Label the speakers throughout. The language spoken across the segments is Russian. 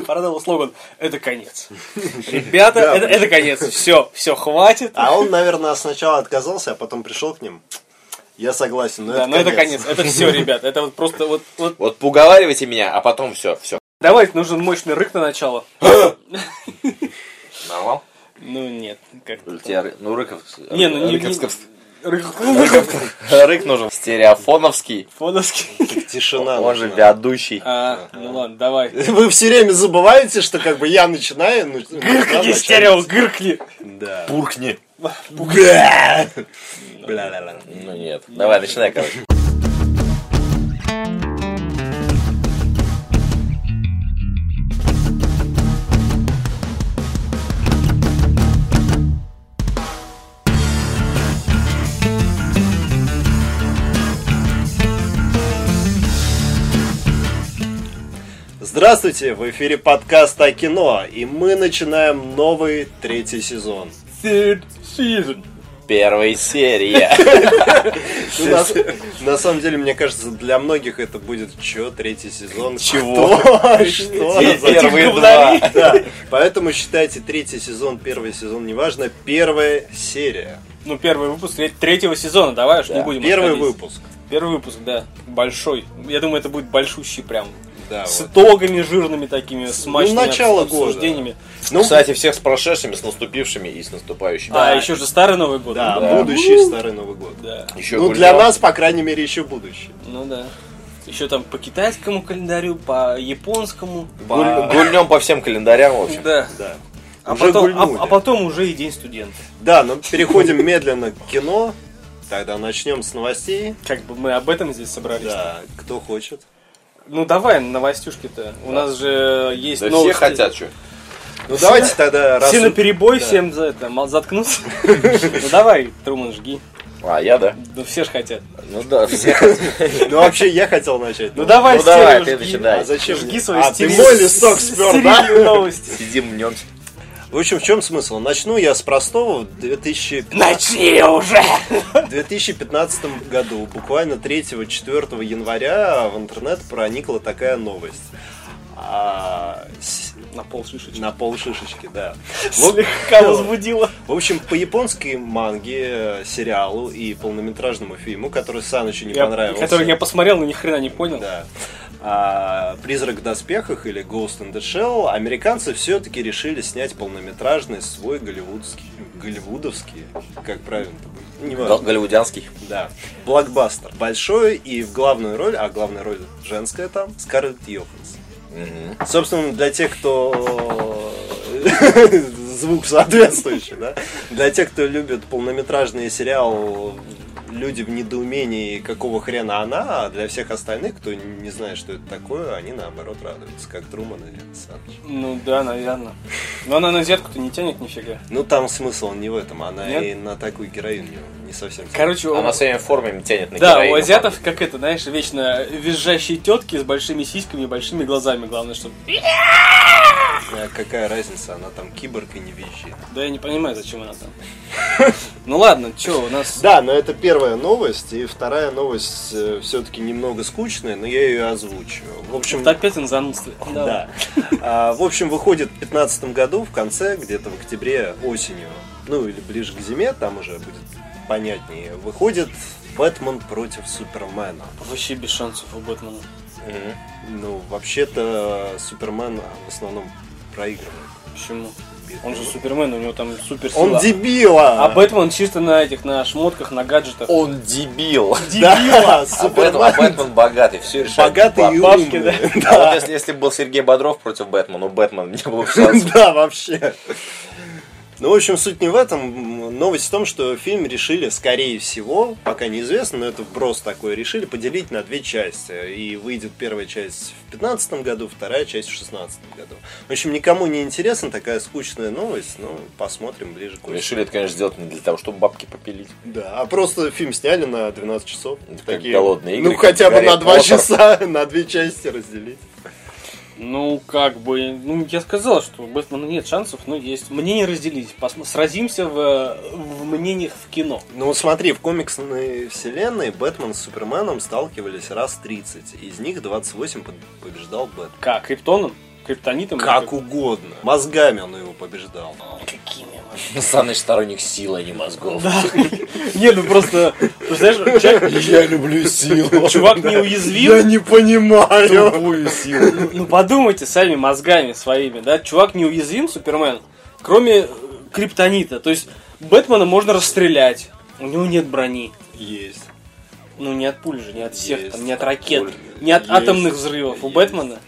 Speaker 1: порадовал слоган «Это конец». Ребята, это, это конец. Все, все, хватит.
Speaker 2: А он, наверное, сначала отказался, а потом пришел к ним. Я согласен, но
Speaker 1: Да,
Speaker 2: это
Speaker 1: но это конец. Это все, ребят. Это вот просто вот... вот.
Speaker 3: Вот поуговаривайте меня, а потом все, все.
Speaker 1: Давайте, нужен мощный рык на начало.
Speaker 3: Нормал?
Speaker 1: Ну, нет, как
Speaker 3: У тебя ры- ну, Рыков...
Speaker 1: Не, ну не...
Speaker 3: Рыковсков-
Speaker 1: Рык-
Speaker 3: Рык нужен. Стереофоновский.
Speaker 1: Фоновский.
Speaker 2: Тишина.
Speaker 3: Он же
Speaker 2: нужна.
Speaker 3: ведущий.
Speaker 1: А, ну ладно, давай.
Speaker 2: Вы все время забываете, что как бы я начинаю. ну, я
Speaker 1: Гыркни,
Speaker 2: начал.
Speaker 1: стерео, гыркни.
Speaker 2: Да.
Speaker 3: Пуркни.
Speaker 2: Бля. Бля-ля-ля.
Speaker 3: Ну нет. Давай, начинай, короче.
Speaker 2: Здравствуйте, в эфире подкаст о кино, и мы начинаем новый третий сезон.
Speaker 1: Third season.
Speaker 3: Первая серия.
Speaker 2: Ну, на, на самом деле, мне кажется, для многих это будет чё, третий сезон?
Speaker 3: Чего?
Speaker 2: Что? Что?
Speaker 3: Те-
Speaker 2: за-
Speaker 3: Первые
Speaker 1: говнарей.
Speaker 3: два.
Speaker 2: Да, поэтому считайте третий сезон, первый сезон, неважно, первая серия,
Speaker 1: Ну, первый выпуск тре- третьего сезона, давай уж не
Speaker 3: Да,
Speaker 1: будем
Speaker 2: первый
Speaker 1: отходить.
Speaker 2: выпуск.
Speaker 1: Первый выпуск, да. Большой. Я думаю, это будет большущий прям.
Speaker 2: Да,
Speaker 1: С
Speaker 2: вот. ну,
Speaker 1: итогами жирными такими, смачными
Speaker 2: начало года.
Speaker 1: обсуждениями.
Speaker 2: Ну,
Speaker 3: Кстати, всех с прошедшими, с наступившими и с наступающими.
Speaker 1: А, еще же Старый Новый год.
Speaker 2: да,
Speaker 3: Да.
Speaker 2: будущий Старый Новый год.
Speaker 1: Да.
Speaker 3: Еще
Speaker 2: Ну, для нас, по крайней мере, еще будущее.
Speaker 1: Ну да. Еще там по китайскому календарю, по японскому. по-
Speaker 3: Гульнем по всем календарям, в общем.
Speaker 1: Да.
Speaker 2: Да.
Speaker 1: А
Speaker 2: Уже
Speaker 1: потом,
Speaker 2: гульнули.
Speaker 1: а, а потом уже и День студента.
Speaker 2: Да, ну переходим медленно к кино. Тогда начнем с новостей.
Speaker 1: Как бы мы об этом здесь собрались.
Speaker 2: Да, кто хочет.
Speaker 1: Ну давай новостюшки-то. У нас же есть
Speaker 3: Да все
Speaker 1: новости.
Speaker 3: хотят, что?
Speaker 2: Ну давайте тогда раз...
Speaker 1: Все на перебой, всем за это, мол, заткнуться. Ну давай, Труман, жги.
Speaker 3: А, я да.
Speaker 1: Ну все ж хотят.
Speaker 3: Ну да, все хотят.
Speaker 2: Ну вообще я хотел начать.
Speaker 1: Ну давай,
Speaker 3: Ну давай,
Speaker 1: Серёж,
Speaker 3: ты
Speaker 1: жги.
Speaker 3: начинай.
Speaker 2: А зачем?
Speaker 1: Жги
Speaker 2: мне?
Speaker 1: свои
Speaker 2: а, ты
Speaker 1: стерео-
Speaker 2: мой листок спер, да?
Speaker 1: стерильные новости.
Speaker 3: Сидим, мнемся.
Speaker 2: В общем, в чем смысл? Начну я с простого. В 2015,
Speaker 1: Начни уже!
Speaker 2: 2015 году, буквально 3-4 января, в интернет проникла такая новость. А, с-
Speaker 1: На пол шишечки.
Speaker 2: на пол шишечки, да.
Speaker 1: Слегка возбудила.
Speaker 2: В общем, по японской манге, э, сериалу и полнометражному фильму, который Санычу не
Speaker 1: Я-
Speaker 2: понравился.
Speaker 1: Который я посмотрел, но ни хрена не понял.
Speaker 2: Да. А, Призрак в доспехах или Ghost in the Shell американцы все-таки решили снять полнометражный свой голливудский, голливудовский, как правильно это будет, неважно.
Speaker 3: Голливудянский.
Speaker 2: Да. Блокбастер. Большой и в главную роль, а главная роль женская там, Скарлетт Йоханссон.
Speaker 3: Мгм.
Speaker 2: Собственно, для тех, кто э, звук соответствующий, да? Для тех, кто любит полнометражный сериал, люди в недоумении, какого хрена она, а для всех остальных, кто не знает, что это такое, они наоборот радуются, как Труман и Саныч.
Speaker 1: Ну да, наверное. Но она на зерку-то не тянет нифига.
Speaker 2: Ну там смысл не в этом, она
Speaker 1: Нет?
Speaker 2: и на такую героиню не совсем.
Speaker 1: Короче, у-
Speaker 3: Она своими формами тянет на
Speaker 1: да,
Speaker 3: героину.
Speaker 1: у азиатов, как это, знаешь, вечно визжащие тетки с большими сиськами и большими глазами, главное, что...
Speaker 2: А Какая разница, она там киборг и не вещи.
Speaker 1: Да я не понимаю, зачем она там. Ну ладно, что, у нас...
Speaker 2: Да, но это первая новость, и вторая новость все-таки немного скучная, но я ее озвучу. В общем,
Speaker 1: Вот Опять он занудствует.
Speaker 2: Да. А, в общем, выходит в 2015 году, в конце, где-то в октябре, осенью, ну или ближе к зиме, там уже будет понятнее, выходит Бэтмен против Супермена.
Speaker 1: Вообще без шансов у Бэтмена.
Speaker 3: Мгм.
Speaker 2: Ну, вообще-то Супермен в основном проигрывает.
Speaker 1: Почему? Он же Супермен, у него там супер
Speaker 2: Он дебила!
Speaker 1: А Бэтмен чисто на этих, на шмотках, на гаджетах.
Speaker 3: Он дебил.
Speaker 2: Да,
Speaker 3: А Бэтмен, а
Speaker 2: Супермен
Speaker 3: Бэтмен богатый, все решает.
Speaker 2: богатый и
Speaker 1: бабки,
Speaker 2: умный.
Speaker 3: А вот если, если был Сергей Бодров против Бэтмена, у Бэтмена не было бы шансов.
Speaker 2: Да, вообще. Ну, в общем, суть не в этом. Новость в том, что фильм решили, скорее всего, пока неизвестно, но это вброс такой, решили поделить на две части. И выйдет первая часть в 2015 году, вторая часть в 2016 году. В общем, никому не интересна такая скучная новость, но посмотрим ближе к осени.
Speaker 3: Решили это, конечно, сделать не для того, чтобы бабки попилить.
Speaker 2: Да, а просто фильм сняли на 12 часов.
Speaker 3: Это как голодные игры,
Speaker 2: Ну,
Speaker 3: как
Speaker 2: хотя бы
Speaker 3: Гарри
Speaker 2: на 2
Speaker 3: Поттер.
Speaker 2: часа, на две части разделить.
Speaker 1: Ну, как бы, ну, я сказал, что у Бэтмена нет шансов, но есть. Мнение разделить. Посмо- Сразимся в, э, в мнениях в кино.
Speaker 2: Ну вот смотри, в комиксной вселенной Бэтмен с Суперменом сталкивались раз 30. Из них 28 под- побеждал Бэтмен.
Speaker 1: Как, Криптоном? Криптонитом.
Speaker 2: Как угодно. Мозгами он его побеждал.
Speaker 1: Какими?
Speaker 3: Саныч сторонник силы, а не мозгов.
Speaker 1: Не, ну просто, знаешь, человек-
Speaker 3: Я люблю силу.
Speaker 1: чувак не уязвил.
Speaker 3: не понимаю.
Speaker 2: Любую силу.
Speaker 1: Ну подумайте сами мозгами своими, да? Чувак не уязвим, Супермен, кроме э, криптонита. То есть Бэтмена можно расстрелять. У него нет брони.
Speaker 2: Есть.
Speaker 1: Ну не от пуль же, не от всех,
Speaker 2: Есть
Speaker 1: там, не от
Speaker 2: от
Speaker 1: ракет,
Speaker 2: пуль.
Speaker 1: не от
Speaker 2: Есть.
Speaker 1: атомных взрывов. У
Speaker 2: Есть.
Speaker 1: Бэтмена.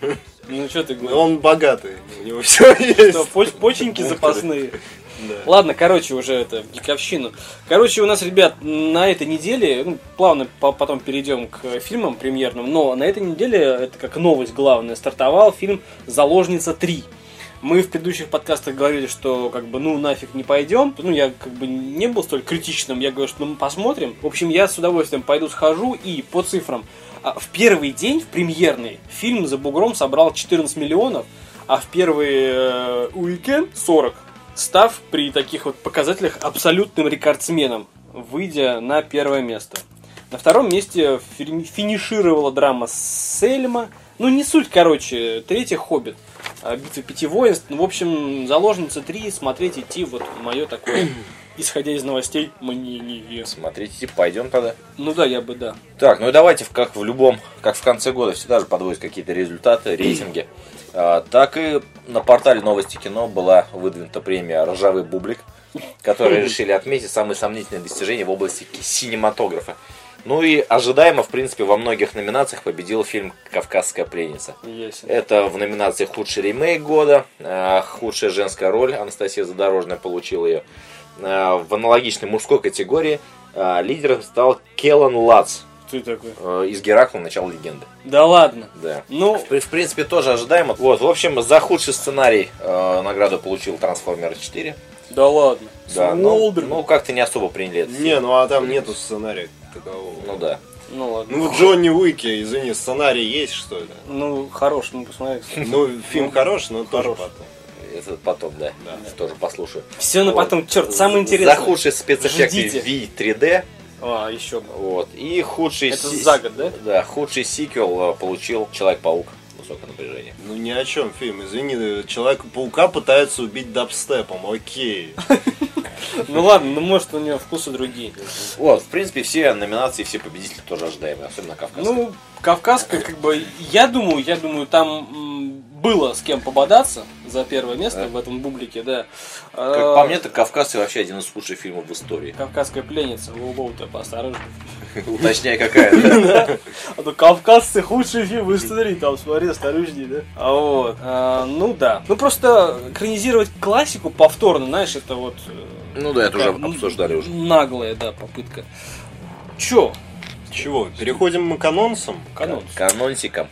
Speaker 1: Ну что ты говоришь?
Speaker 2: Он богатый. У него все есть.
Speaker 1: Что, поч- поченьки запасные.
Speaker 2: Да.
Speaker 1: Ладно, короче, уже это, гиковщину. Короче, у нас, ребят, на этой неделе, ну, плавно по- потом перейдем к э, фильмам премьерным, но на этой неделе, это как новость главная, стартовал фильм «Заложница 3». Мы в предыдущих подкастах говорили, что как бы ну нафиг не пойдем. Ну, я как бы не был столь критичным, я говорю, что ну, мы посмотрим. В общем, я с удовольствием пойду схожу и по цифрам. а, В первый день, в премьерный, фильм за бугром собрал 14 миллионов, а в первый э, уикенд 40, став при таких вот показателях абсолютным рекордсменом, выйдя на первое место. На втором месте фи- финишировала драма Сельма. Ну, не суть, короче, третья «Хоббит». А, Битва пяти воинств. Ну, в общем, «Заложница 3» смотреть идти вот мое такое, исходя из новостей, мнение.
Speaker 3: Смотрите, пойдем тогда.
Speaker 1: Ну да, я бы да.
Speaker 3: Так, ну и давайте, в- как в любом, как в конце года, всегда же подводят какие-то результаты, рейтинги. А, так и на портале новости кино была выдвинута премия «Ржавый бублик», которые решили отметить самые сомнительные достижения в области ки- синематографа. Ну и ожидаемо, в принципе, во многих номинациях победил фильм «Кавказская пленница».
Speaker 1: Ясен.
Speaker 3: Это в номинации «Худший ремейк года», э, «Худшая женская роль» Анастасия Задорожная получила ее. Э, В аналогичной мужской категории э, лидером стал Келлан Лац
Speaker 1: Ты такой.
Speaker 3: э, из Геракла «Начало легенды».
Speaker 1: Да ладно.
Speaker 3: Да.
Speaker 1: Ну,
Speaker 3: В, при- в принципе, тоже ожидаемо. Вот, в общем, за худший сценарий э, награду получил «Трансформер 4».
Speaker 1: да ладно.
Speaker 3: Да, ну,
Speaker 1: Смолдер.
Speaker 3: ну, как-то не особо приняли это.
Speaker 2: Не, ну а там нету сценария
Speaker 3: Ну
Speaker 2: такового.
Speaker 3: да.
Speaker 1: Ну ладно.
Speaker 2: Ну, в Джонни Уике, извини, сценарий есть, что ли?
Speaker 1: Ну, хорош, мы посмотрели.
Speaker 2: Ну, фильм хорош, но тоже
Speaker 1: Хорош.
Speaker 2: потом.
Speaker 3: Это потом, да.
Speaker 2: Да.
Speaker 3: Тоже послушаю.
Speaker 1: Все на
Speaker 3: Вот.
Speaker 1: Ну, потом, черт, самое
Speaker 3: За
Speaker 1: интересное.
Speaker 3: худшие спецэффекты V3D.
Speaker 1: А, еще бы.
Speaker 3: Вот. И худший...
Speaker 1: Это
Speaker 3: си-
Speaker 1: за год, да?
Speaker 3: Да, худший сиквел э, получил Человек-паук. Высокое напряжение.
Speaker 2: Ну ни о чем фильм, извини, Человека-паука пытаются убить дабстепом, окей.
Speaker 1: Ну ладно, ну может у нее вкусы другие.
Speaker 3: Вот, в принципе, все номинации, все победители тоже ожидаемые, особенно кавказские.
Speaker 1: Ну, кавказская, как бы, я думаю, я думаю, там м, было с кем пободаться за первое место
Speaker 3: Да.
Speaker 1: в этом бублике, да. А, э,
Speaker 3: как по мне, так «Кавказ» и вообще один из худших фильмов в истории.
Speaker 1: Кавказская пленница, воу-воу-то поосторожнее.
Speaker 3: Уточняй, какая. да.
Speaker 1: А то кавказцы худшие фильм в истории, там, смотри, осторожней, да? А вот, а, ну да. Ну просто экранизировать классику повторно, знаешь, это вот... э,
Speaker 3: Ну да, это уже
Speaker 1: такая, ну,
Speaker 3: обсуждали уже.
Speaker 1: Наглая, да, попытка. Чё?
Speaker 2: Чего, переходим мы к анонсам?
Speaker 1: Канон.
Speaker 3: Канонсиком.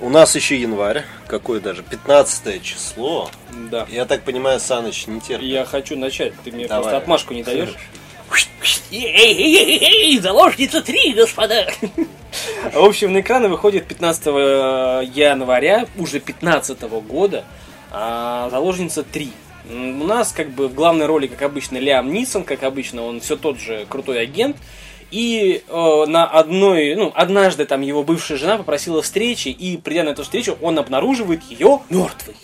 Speaker 2: У нас еще январь, какое даже, 15 число.
Speaker 1: Да.
Speaker 2: Я так понимаю, Саныч не терпит.
Speaker 1: Я хочу начать, ты мне
Speaker 2: Давай.
Speaker 1: просто отмашку не даешь. Эй, заложница 3, господа! В общем, на экраны выходит 15 января, уже 15 года, а, «Заложница 3». М, У нас как бы в главной роли, как обычно, Лиам Нисон, как обычно, он все тот же крутой агент. И э, на одной, ну, однажды там его бывшая жена попросила встречи, и придя на эту встречу, он обнаруживает ее мертвой.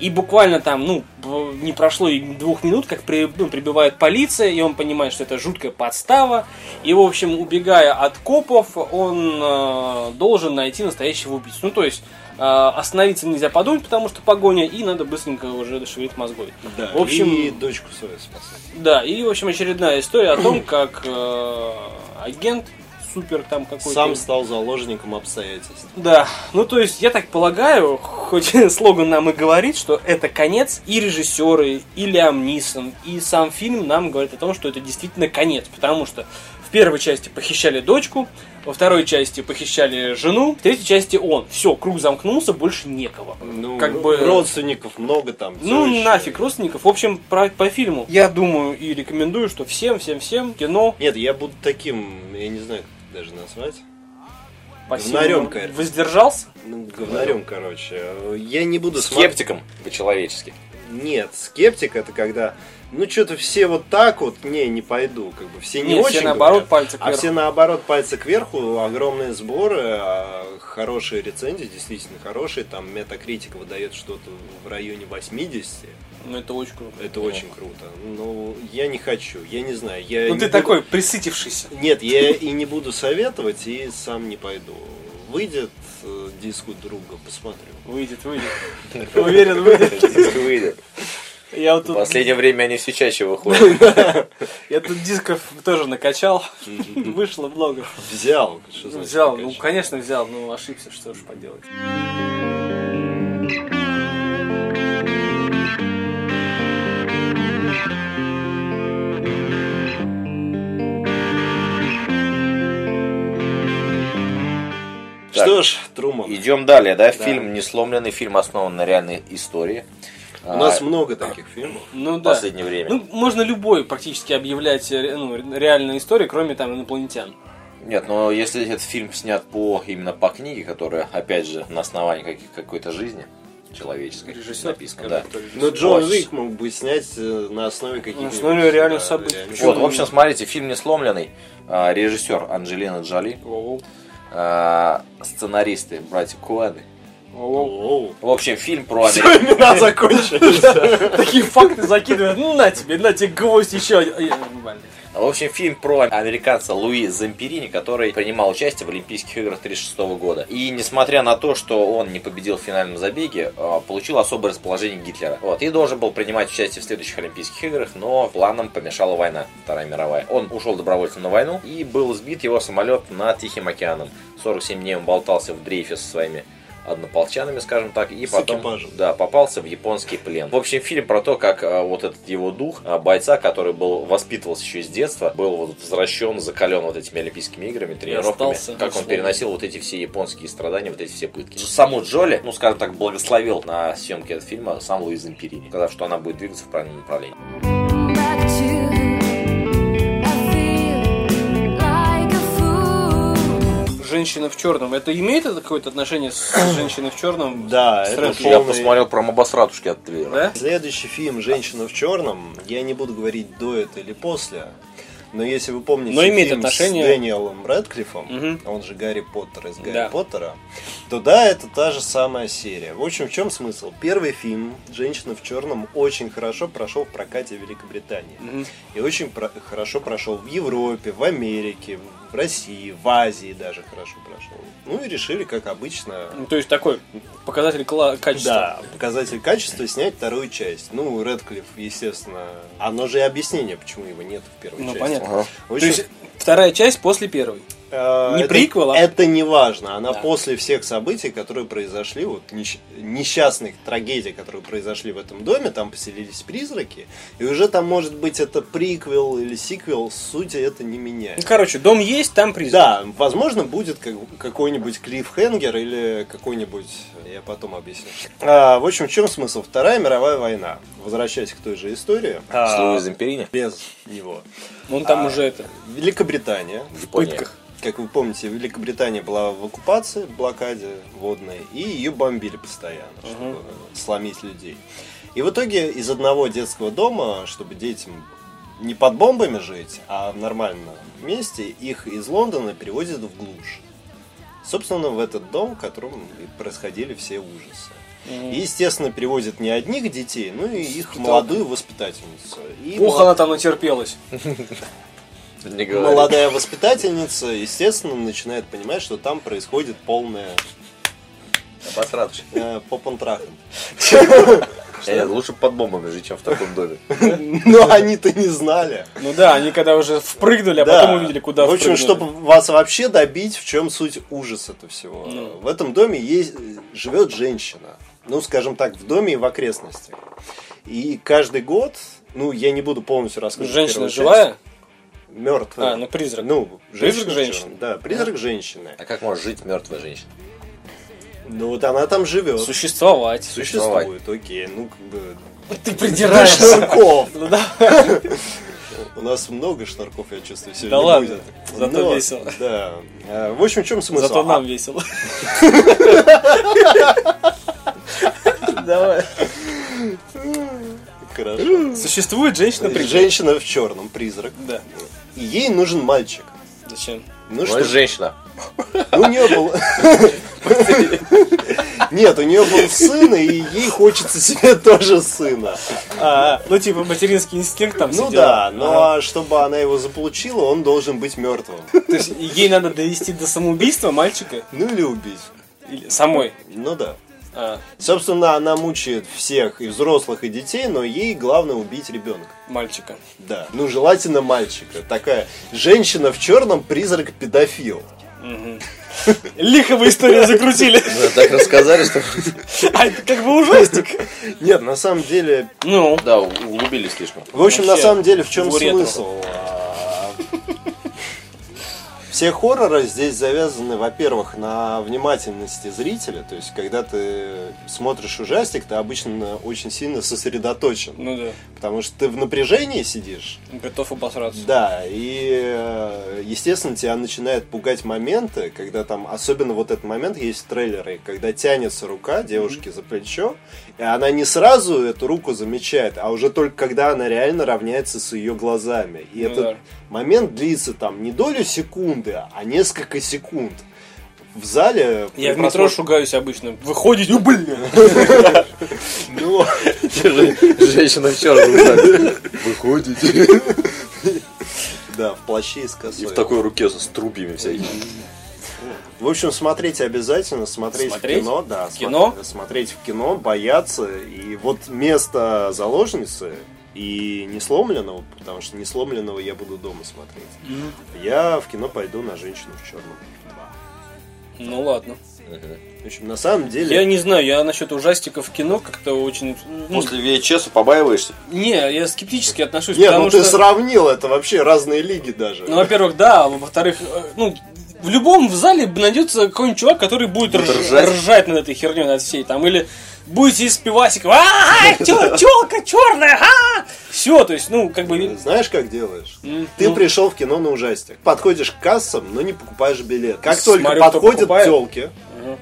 Speaker 1: И буквально там, ну, б- не прошло и двух минут, как при, ну, прибывает полиция, и он понимает, что это жуткая подстава. И, в общем, убегая от копов, он э, должен найти настоящего убийцу. Ну, то есть, э, остановиться нельзя подумать, потому что погоня, и надо быстренько уже дошевелить мозгой.
Speaker 2: Да,
Speaker 1: В общем-
Speaker 2: и дочку свою спасать.
Speaker 1: Да, и, в общем, очередная история о том, как э, агент супер там какой-то...
Speaker 2: Сам стал заложником обстоятельств.
Speaker 1: Да, ну то есть я так полагаю, хоть слоган нам и говорит, что это конец, и режиссеры, и Лиам Нисон, и сам фильм нам говорит о том, что это действительно конец, потому что в первой части похищали дочку, во второй части похищали жену, в третьей части он. Все, круг замкнулся, больше некого.
Speaker 2: Ну,
Speaker 1: Как бы-
Speaker 2: родственников много там. всё
Speaker 1: Ну
Speaker 2: ещё.
Speaker 1: нафиг родственников. В общем, про, по фильму. Я думаю и рекомендую, что всем, всем, всем кино
Speaker 2: Нет, я буду таким, я не знаю, как даже назвать.
Speaker 1: спасибо.
Speaker 2: Говнарём, конечно.
Speaker 1: Воздержался?
Speaker 2: Ну, говнарем, короче. Я не буду смотреть.
Speaker 3: Скептиком по-человечески.
Speaker 2: Нет, скептик это когда, ну что-то все вот так вот, не, не пойду, как бы все не
Speaker 1: Нет,
Speaker 2: очень.
Speaker 1: все наоборот
Speaker 2: говорят,
Speaker 1: пальцы
Speaker 2: а
Speaker 1: кверху.
Speaker 2: все наоборот пальцы кверху, огромные сборы, а, хорошие рецензии, действительно хорошие, там Метакритик выдает что-то в районе 80.
Speaker 1: Ну это очень круто.
Speaker 2: Это очень круто. Ну, я не хочу, я не знаю. Я
Speaker 1: Ну
Speaker 2: не
Speaker 1: ты
Speaker 2: буду-
Speaker 1: такой присытившийся.
Speaker 2: Нет, я и не буду советовать, и сам не пойду. Выйдет э, диск у друга, посмотрю.
Speaker 1: Выйдет, выйдет. Уверен, выйдет.
Speaker 3: Диск выйдет.
Speaker 1: Я вот
Speaker 3: В
Speaker 1: тут,
Speaker 3: последнее время они все чаще выходят.
Speaker 1: я тут дисков тоже накачал. Вышло много.
Speaker 2: Взял. Что значит,
Speaker 1: Взял, ну
Speaker 2: накачал?
Speaker 1: конечно взял, но ошибся, что уж поделать.
Speaker 2: Что ж, Труман,
Speaker 3: Идем далее, да? Фильм «Несломленный», фильм основан на реальной истории. А,
Speaker 2: у нас
Speaker 1: А,
Speaker 2: много таких фильмов.
Speaker 1: Ну
Speaker 3: в
Speaker 1: да.
Speaker 3: последнее время.
Speaker 1: Ну, можно любой практически объявлять э, ну, реальную историю, кроме там инопланетян.
Speaker 3: Нет, но если этот фильм снят по именно по книге, которая, опять же, на основании каких- какой-то жизни человеческой
Speaker 1: Режиссер,
Speaker 3: написана,
Speaker 1: скажи,
Speaker 3: да.
Speaker 1: кто режиссер.
Speaker 2: Но Джон
Speaker 3: Ось.
Speaker 2: Уик мог бы снять э, на основе каких-нибудь...
Speaker 1: основе реальных
Speaker 2: да,
Speaker 1: событий.
Speaker 2: реальных
Speaker 1: Почему
Speaker 3: Вот, в общем, смотрите, фильм «Несломленный», а, режиссер Анджелина Джоли,
Speaker 1: Воу,
Speaker 3: а, сценаристы братья Куэны.
Speaker 1: воу.
Speaker 2: Оу.
Speaker 3: В общем, фильм про... Амери-
Speaker 2: Всё, имена закончились.
Speaker 1: Такие факты закидывают. Ну, на тебе, на тебе гвоздь еще. Э,
Speaker 3: В общем, фильм про американца Луи Замперини, который принимал участие в Олимпийских играх 1936 года. И несмотря на то, что он не победил в финальном забеге, э, получил особое расположение Гитлера. Вот, и должен был принимать участие в следующих Олимпийских играх, но планом помешала война, Вторая мировая. Он ушел добровольцем на войну, и был сбит его самолет над Тихим океаном. 47 дней он болтался в дрейфе со своими однополчанами, скажем так, и
Speaker 2: С
Speaker 3: потом
Speaker 2: экипажем.
Speaker 3: да, попался в японский плен. В общем, фильм про то, как а, вот этот его дух а, бойца, который был воспитывался еще с детства, был вот возвращен, закален вот этими олимпийскими играми, тренировками,
Speaker 1: остался
Speaker 3: как он
Speaker 1: условно.
Speaker 3: переносил вот эти все японские страдания, вот эти все пытки. Саму Джоли, ну скажем так, благословил на съемки этого фильма сам Луиз Империни, сказав, что она будет двигаться в правильном направлении.
Speaker 4: Back to I feel like a fool.
Speaker 1: Женщина в черном. Это имеет это какое-то отношение с женщиной в черном?
Speaker 2: Да, это
Speaker 1: Стрэндж.
Speaker 3: Я
Speaker 2: полный-
Speaker 3: посмотрел про Мабасратушки от Твера.
Speaker 1: Да?
Speaker 2: Следующий фильм «Женщина в черном». Я не буду говорить до это или после. Но если вы помните
Speaker 1: Но имеет
Speaker 2: фильм
Speaker 1: отношение.
Speaker 2: с Дэниелом Рэдклиффом,
Speaker 1: Мгм.
Speaker 2: он же Гарри Поттер из Гарри
Speaker 1: Да.
Speaker 2: Поттера, то да, это та же самая серия. В общем, в чем смысл? Первый фильм «Женщина в черном» очень хорошо прошел в прокате в Великобритании.
Speaker 1: Мгм.
Speaker 2: И очень про- хорошо прошел в Европе, в Америке, в России, в Азии даже хорошо прошел. Ну и решили, как обычно,
Speaker 1: Ну, то есть такой показатель кла- качества.
Speaker 2: да, показатель качества снять вторую часть. Ну, Редклифф, естественно. Оно же и объяснение, почему его нет в первой
Speaker 1: Ну,
Speaker 2: части.
Speaker 1: понятно.
Speaker 3: Ага.
Speaker 2: В
Speaker 1: То
Speaker 2: общем,
Speaker 1: есть вторая часть после первой.
Speaker 2: э,
Speaker 1: не
Speaker 2: это-
Speaker 1: приквел, а-
Speaker 2: Это не важно. Она
Speaker 1: Да.
Speaker 2: после всех событий, которые произошли, вот несч- несчастных трагедий, которые произошли в этом доме, там поселились призраки. И уже там, может быть, это приквел или сиквел, сути это не меняет.
Speaker 1: Ну, короче, дом есть, там призрак.
Speaker 2: Да, возможно, будет как- какой-нибудь клиффхенгер или какой-нибудь... Я потом объясню. А, в общем, в чем смысл? Вторая мировая война. Возвращаясь к той же истории.
Speaker 3: С
Speaker 2: А,
Speaker 3: Луизом Перини
Speaker 2: без него.
Speaker 1: Он
Speaker 2: А,
Speaker 1: там уже это.
Speaker 2: Великобритания.
Speaker 3: в Японии.
Speaker 1: пытках.
Speaker 2: Как вы помните, Великобритания была в оккупации, в блокаде водной, и ее бомбили постоянно, чтобы сломить людей. И в итоге из одного детского дома, чтобы детям не под бомбами жить, а в нормальном месте, их из Лондона перевозят в глушь. Собственно, в этот дом, в котором и происходили все ужасы. И, естественно, перевозят не одних детей, но и их молодую воспитательницу. И
Speaker 1: Ух,
Speaker 2: млад-
Speaker 1: она там натерпелась.
Speaker 3: Не говори.
Speaker 2: Молодая воспитательница, естественно, начинает понимать, что там происходит полная
Speaker 3: Мабасратушки.
Speaker 2: э, по понтрахам.
Speaker 3: Э, Лучше под бомбами жить, чем в таком доме.
Speaker 2: Но Ну, они-то не знали.
Speaker 1: Ну да, они когда уже впрыгнули, а
Speaker 2: Да. Ну,
Speaker 1: потом увидели, куда
Speaker 2: В общем,
Speaker 1: впрыгнули.
Speaker 2: чтобы вас вообще добить, в чем суть ужаса этого всего.
Speaker 1: Ну.
Speaker 2: В этом доме есть, живет женщина. Ну, скажем так, в доме и в окрестностях. И каждый год, ну, я не буду полностью рассказывать.
Speaker 1: Женщина живая?
Speaker 2: Мертвая.
Speaker 1: А, ну призрак.
Speaker 2: Ну,
Speaker 1: Призрак
Speaker 2: женщина,
Speaker 1: женщины.
Speaker 2: Да, призрак женщины.
Speaker 3: А как может жить мертвая женщина?
Speaker 2: Ну, вот она там живет.
Speaker 1: Существовать.
Speaker 3: Существовать.
Speaker 2: Существует, окей. Ну, как бы...
Speaker 1: Ты придираешься.
Speaker 2: Шнурков.
Speaker 1: Ну да.
Speaker 2: У нас много шнурков, я чувствую, сегодня
Speaker 1: Да ладно,
Speaker 2: будет.
Speaker 1: зато
Speaker 2: Но,
Speaker 1: весело.
Speaker 2: Да. А, В общем, в чем смысл?
Speaker 1: Зато
Speaker 2: А,
Speaker 1: нам весело. Давай.
Speaker 2: Хорошо.
Speaker 1: Существует женщина призрак.
Speaker 2: Женщина в черном, призрак.
Speaker 1: Да.
Speaker 2: И ей нужен мальчик.
Speaker 1: Зачем?
Speaker 2: Ну,
Speaker 3: Ну,
Speaker 2: что,
Speaker 3: это женщина.
Speaker 2: у нее был... Нет, у нее был сын, и ей хочется себе тоже сына.
Speaker 1: А, ну типа материнский инстинкт там. А,
Speaker 2: Ну
Speaker 1: все дела.
Speaker 2: да, но чтобы она его заполучила, он должен быть мертвым.
Speaker 1: То есть ей надо довести до самоубийства мальчика
Speaker 2: Ну или убить.
Speaker 1: Или самой.
Speaker 2: Ну да.
Speaker 1: А,
Speaker 2: Собственно, она мучает всех, и взрослых, и детей, но ей главное убить ребенка.
Speaker 1: мальчика.
Speaker 2: Да. Ну, желательно мальчика. Такая женщина в черном призрак-педофил.
Speaker 1: Лихо вы историю закрутили.
Speaker 3: Да, Так рассказали, что...
Speaker 1: А это как бы ужастик.
Speaker 2: Нет, на самом деле...
Speaker 1: Ну,
Speaker 3: Да, углубились слишком.
Speaker 2: В общем, на
Speaker 1: Вообще,
Speaker 2: самом деле, в чем
Speaker 1: в ретро.
Speaker 2: смысл? А, Все хорроры здесь завязаны, во-первых, на внимательности зрителя. То есть, когда ты смотришь ужастик, ты обычно очень сильно сосредоточен.
Speaker 1: ну да.
Speaker 2: Потому что ты в напряжении сидишь,
Speaker 1: Готов обосраться.
Speaker 2: Да, и э, естественно тебя начинают пугать моменты, когда там, особенно вот этот момент есть в трейлере, когда тянется рука девушки за плечо, и она не сразу эту руку замечает, а уже только когда она реально равняется с ее глазами. И
Speaker 1: Ну
Speaker 2: этот
Speaker 1: да.
Speaker 2: момент длится там не долю секунды, а несколько секунд. В зале...
Speaker 1: Я в
Speaker 2: при
Speaker 1: метро
Speaker 2: просмотре-
Speaker 1: шугаюсь обычно. Выходите, ну блин!
Speaker 2: Ну,
Speaker 3: Женщина в черном. Выходите.
Speaker 2: да, в плаще и с косой.
Speaker 3: И в такой руке со струбьями всякими.
Speaker 2: В общем, смотреть обязательно, смотреть,
Speaker 1: Смотреть?
Speaker 2: в кино, да,
Speaker 1: В кино?
Speaker 2: смотри- смотреть в кино, бояться. И вот место заложницы и несломленного, потому что несломленного я буду дома смотреть. Я в кино пойду на женщину в черном.
Speaker 1: Ну ладно.
Speaker 2: В общем, на самом деле,
Speaker 1: Я не знаю, я насчет ужастиков в кино как-то очень... ну,
Speaker 3: После VHS побаиваешься?
Speaker 1: Не, я скептически отношусь,
Speaker 2: нет,
Speaker 1: потому
Speaker 2: ну
Speaker 1: что...
Speaker 2: ты сравнил, это вообще разные лиги даже.
Speaker 1: Ну, во-первых, да, а во-вторых, э, ну, в любом в зале найдется какой-нибудь чувак, который будет рж- ржать.
Speaker 3: ржать.
Speaker 1: над этой херней, над всей, там, или будете из пивасиков, а телка черная, а Все, то есть, ну, как бы...
Speaker 2: Знаешь, как делаешь?
Speaker 1: м,
Speaker 2: Ты
Speaker 1: ну,
Speaker 2: пришел в кино на ужастик. Подходишь к кассам, но не покупаешь билет. Как
Speaker 1: Смотрю,
Speaker 2: только
Speaker 1: кто
Speaker 2: подходят
Speaker 1: покупает.
Speaker 2: телки
Speaker 1: Мгм.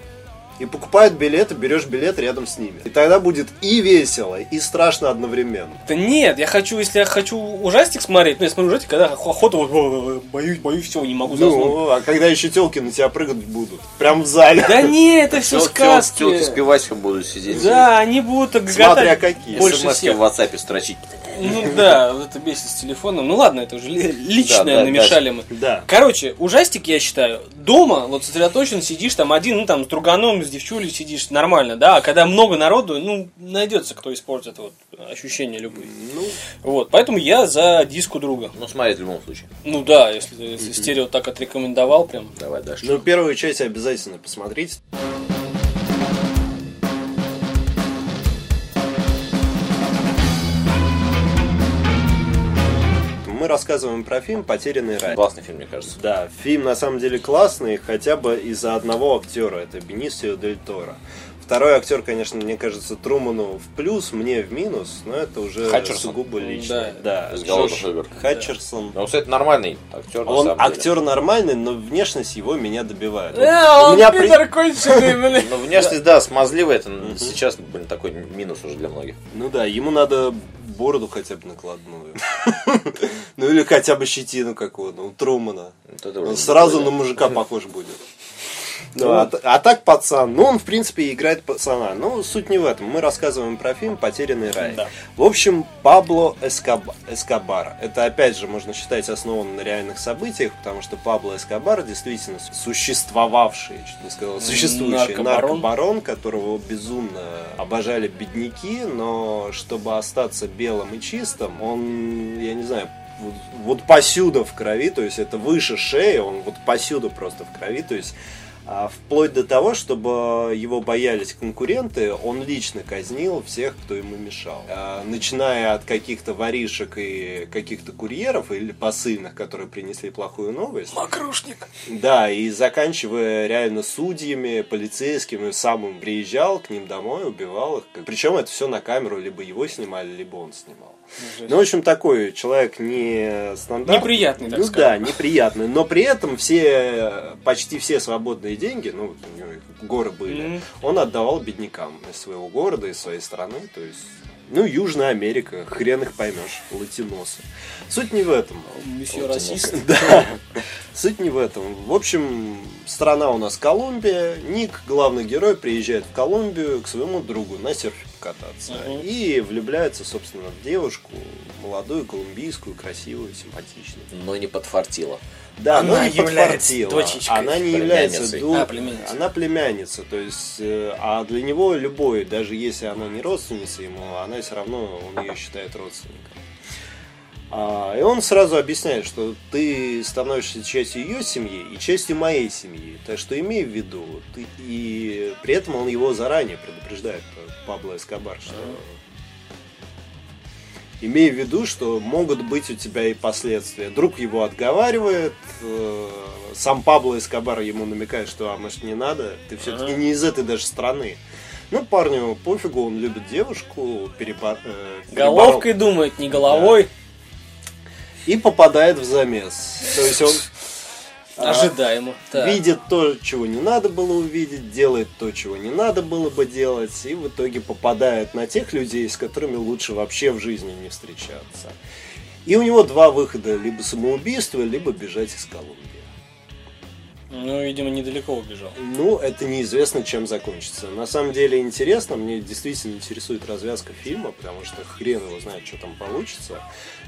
Speaker 2: и покупают билеты, берешь билет рядом с ними. И тогда будет и весело, и страшно одновременно.
Speaker 1: Да нет, я хочу, если я хочу ужастик смотреть, ну, я смотрю ужастик, когда ох- охота, вот, «О, боюсь, боюсь, все, не могу заснуть.
Speaker 2: Ну, а когда еще телки на тебя прыгать будут? Прям в зале.
Speaker 1: Да не, это все сказки.
Speaker 3: Телки с пивасиком будут сидеть.
Speaker 1: Да, они будут так
Speaker 2: Смотря
Speaker 1: гоготать.
Speaker 2: какие.
Speaker 1: больше
Speaker 3: смс в
Speaker 1: всех.
Speaker 3: WhatsApp строчить.
Speaker 1: Ну да, вот это бесит с телефоном. Ну ладно, это уже ли- личное
Speaker 3: Да, да,
Speaker 1: намешали мы.
Speaker 2: Да.
Speaker 1: Короче, ужастик, я считаю, дома вот сосредоточен, сидишь там один, ну там с друганом, с девчулей сидишь, нормально, да, а когда много народу, ну, найдется, кто испортит вот ощущения любые.
Speaker 2: Ну,
Speaker 1: Вот, поэтому я за диску друга.
Speaker 3: Ну, смотреть в любом случае.
Speaker 1: Ну да, если, если стерео так отрекомендовал прям.
Speaker 3: Давай дальше.
Speaker 2: ну, первую часть обязательно посмотрите. Мы рассказываем про фильм «Потерянный рай».
Speaker 3: Классный фильм, мне кажется.
Speaker 2: Да, фильм на самом деле классный, хотя бы из-за одного актера, это Бенисио Дель Торо. Второй актер, конечно, мне кажется, Труману в плюс, мне в минус, но это уже
Speaker 3: Хатчерсон.
Speaker 2: сугубо лично.
Speaker 1: Да.
Speaker 2: Да,
Speaker 3: Из
Speaker 2: Джош
Speaker 3: «Голодных игр».
Speaker 2: Хатчерсон.
Speaker 3: Ну, кстати, нормальный актер, на
Speaker 2: Он
Speaker 3: самом деле.
Speaker 2: актер нормальный, но внешность его меня добивает.
Speaker 1: Э,
Speaker 2: У
Speaker 1: он
Speaker 2: меня при-
Speaker 1: пидор конченый, блин.
Speaker 3: Ну, внешность, да, смазливая, это сейчас, блин, такой минус уже для многих.
Speaker 2: Ну да, ему надо бороду хотя бы накладную. Ну или хотя бы щетину какую-то, у ну, Трумана.
Speaker 3: Вот это
Speaker 2: Он
Speaker 3: уже
Speaker 2: сразу на
Speaker 3: такое.
Speaker 2: мужика похож будет. Ну, а, т- а так пацан, ну он в принципе играет пацана. Ну суть не в этом. Мы рассказываем про фильм Потерянный рай.
Speaker 1: Да.
Speaker 2: В общем, Пабло Эскоба- Эскобар. Это опять же можно считать основан на реальных событиях, потому что Пабло Эскобар действительно существовавший, я чуть не сказал, существующий
Speaker 1: Наркобарон.
Speaker 2: наркобарон, которого безумно обожали бедняки, но чтобы остаться белым и чистым, он, я не знаю, вот, вот посюда в крови, то есть это выше шеи, он вот посюда просто в крови, то есть а, вплоть до того, чтобы его боялись конкуренты, он лично казнил всех, кто ему мешал. А, Начиная от каких-то воришек и каких-то курьеров или посыльных, которые принесли плохую новость.
Speaker 1: Макрушник.
Speaker 2: Да, и заканчивая реально судьями, полицейскими, сам он приезжал к ним домой, убивал их. Причем это все на камеру, либо его снимали, либо он снимал. Ну, в общем, такой человек не стандартный.
Speaker 1: Неприятный, так
Speaker 2: Ну да,
Speaker 1: скажем.
Speaker 2: неприятный. Но при этом все, почти все свободные деньги, ну, вот у него их горы были,
Speaker 1: Мгм.
Speaker 2: он отдавал беднякам из своего города, из своей страны. То есть Ну, Южная Америка, хрен их поймешь, латиносы. Суть не в этом.
Speaker 1: Месье расист.
Speaker 2: Да. Суть не в этом. В общем, страна у нас Колумбия. Ник, главный герой, приезжает в Колумбию к своему другу на серфе покататься.
Speaker 1: Мгм.
Speaker 2: И влюбляется, собственно, в девушку, молодую, колумбийскую, красивую, симпатичную.
Speaker 3: Но не подфартило.
Speaker 2: Да,
Speaker 1: Она
Speaker 2: но не
Speaker 1: является
Speaker 2: подфартила.
Speaker 1: дочечкой,
Speaker 2: Она не является
Speaker 3: племянницей.
Speaker 2: ду-
Speaker 1: А, племянницей.
Speaker 2: Она племянница, то есть, э, а для него любой, даже если она не родственница ему, она все равно он ее считает родственником. А, и он сразу объясняет, что ты становишься частью ее семьи и частью моей семьи. Так что имей в виду, ты, и при этом он его заранее предупреждает э, Пабло Эскобар, что имей в виду, что могут быть у тебя и последствия. Друг его отговаривает, э, сам Пабло Эскобар ему намекает, что а может не надо, ты все-таки
Speaker 1: Ага.
Speaker 2: не из этой даже страны. Ну, парню пофигу, он любит девушку, перепа- э, переборол-
Speaker 1: Головкой думает, не головой.
Speaker 2: и попадает в замес. То есть он а,
Speaker 1: Ожидаемо. Так.
Speaker 2: видит то, чего не надо было увидеть, делает то, чего не надо было бы делать, и в итоге попадает на тех людей, с которыми лучше вообще в жизни не встречаться. И у него два выхода, либо самоубийство, либо бежать из Колумбии.
Speaker 1: Ну, видимо, недалеко убежал.
Speaker 2: Ну, это неизвестно, чем закончится. На самом деле интересно, мне действительно интересует развязка фильма, потому что хрен его знает, что там получится.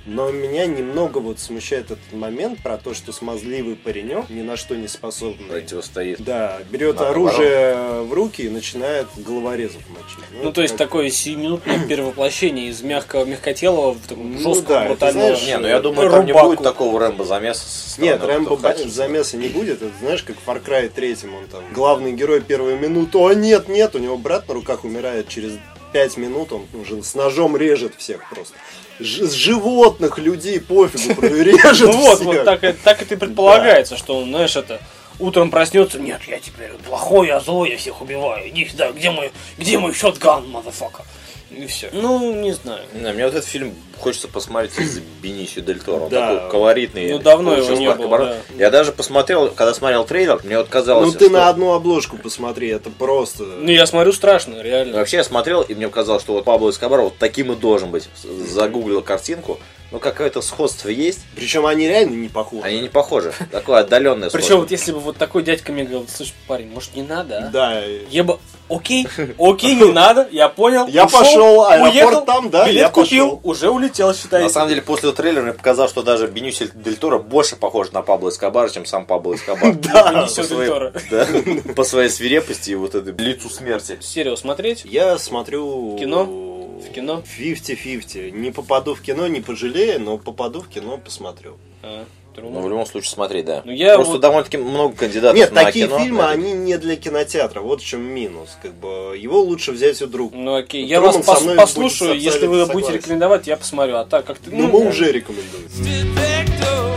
Speaker 2: Но меня немного вот смущает этот момент про то, что смазливый паренек, ни на что не способный.
Speaker 3: Противостоит.
Speaker 2: Да, берет
Speaker 3: Наоборот.
Speaker 2: оружие в руки и начинает головорезов мочить.
Speaker 1: Ну, то есть
Speaker 2: как-
Speaker 1: такое сиюминутное перевоплощение из мягкого мягкотелого в таком
Speaker 2: Ну
Speaker 1: жесткого
Speaker 2: да, это,
Speaker 1: брутального.
Speaker 2: знаешь,
Speaker 3: Не, ну я думаю, там не
Speaker 1: Рубаку.
Speaker 3: будет такого Рэмбо замеса. со стороны,
Speaker 2: Нет,
Speaker 3: кто
Speaker 2: Рэмбо
Speaker 3: хочет.
Speaker 2: ба- замеса не будет. Это знаешь, как в Far Cry 3 он там. Главный герой первую минуту. А нет, нет, у него брат на руках умирает через 5 минут, он уже с ножом режет всех просто. Ж- с животных, людей, пофигу, режет
Speaker 1: Ну вот,
Speaker 2: всех.
Speaker 1: вот так, и- так это и предполагается, что он, знаешь, это утром проснется, нет, я теперь плохой, я злой, я всех убиваю. Иди сюда, где мой, где мой шотган, мазафака? И все. Ну, не знаю.
Speaker 3: Не, мне вот этот фильм хочется посмотреть из Бенисио Дель Торо. Он
Speaker 2: Да.
Speaker 3: такой колоритный.
Speaker 1: Ну, давно
Speaker 3: получил
Speaker 1: его не
Speaker 3: «Парк и
Speaker 1: было,
Speaker 3: Барон». Я даже посмотрел, когда смотрел трейлер, мне вот казалось,
Speaker 2: Ну ты
Speaker 3: что-
Speaker 2: на одну обложку посмотри, это просто.
Speaker 1: Ну, я смотрю, страшно, реально.
Speaker 3: Вообще я смотрел, и мне казалось, что вот Пабло Эскобар вот таким и должен быть. С- Загуглил картинку, но какое-то сходство есть, а
Speaker 2: Причем они реально не
Speaker 1: А
Speaker 2: похожи.
Speaker 3: они не похожи. Такое отдаленное
Speaker 1: Причем
Speaker 3: сходство.
Speaker 1: вот если бы вот такой дядька мне говорил, слушай, парень, может не надо, а?
Speaker 2: Да. и-
Speaker 1: Я бы, окей, окей, не надо, я понял.
Speaker 2: Я
Speaker 1: ушел,
Speaker 2: пошел, аэропорт
Speaker 1: уехал,
Speaker 2: там, да,
Speaker 1: билет
Speaker 2: я
Speaker 1: купил,
Speaker 2: пошел.
Speaker 1: уже улетел, считай.
Speaker 3: На самом деле, после трейлера мне показалось, что даже Бенюсель Дель Торо больше похож на Пабло Эскобара, чем сам Пабло Эскобар.
Speaker 1: Да,
Speaker 3: По своей- да, По своей свирепости и вот этой лицу смерти.
Speaker 1: Серию смотреть?
Speaker 2: Я смотрю...
Speaker 1: Кино? В кино?
Speaker 2: 50-50. Не попаду в кино, не пожалею, но попаду в кино, посмотрю.
Speaker 1: А, трудно.
Speaker 3: Ну, в любом случае, смотреть, да.
Speaker 1: Ну, я
Speaker 3: Просто
Speaker 1: вот-
Speaker 3: довольно-таки много кандидатов
Speaker 2: Нет,
Speaker 1: а
Speaker 3: на
Speaker 2: такие
Speaker 3: кино.
Speaker 2: фильмы,
Speaker 3: Да.
Speaker 2: они не для кинотеатра. Вот в чем минус. Как бы его лучше взять у друга.
Speaker 1: Ну окей,
Speaker 2: Ну,
Speaker 1: я вас
Speaker 2: Труман со
Speaker 1: пос-
Speaker 2: мной
Speaker 1: послушаю,
Speaker 2: будет
Speaker 1: если вы
Speaker 2: абсолютно
Speaker 1: будете
Speaker 2: согласен.
Speaker 1: рекомендовать, я посмотрю. А так как ты...
Speaker 2: Ну, мы уже рекомендуем.
Speaker 5: Did victory.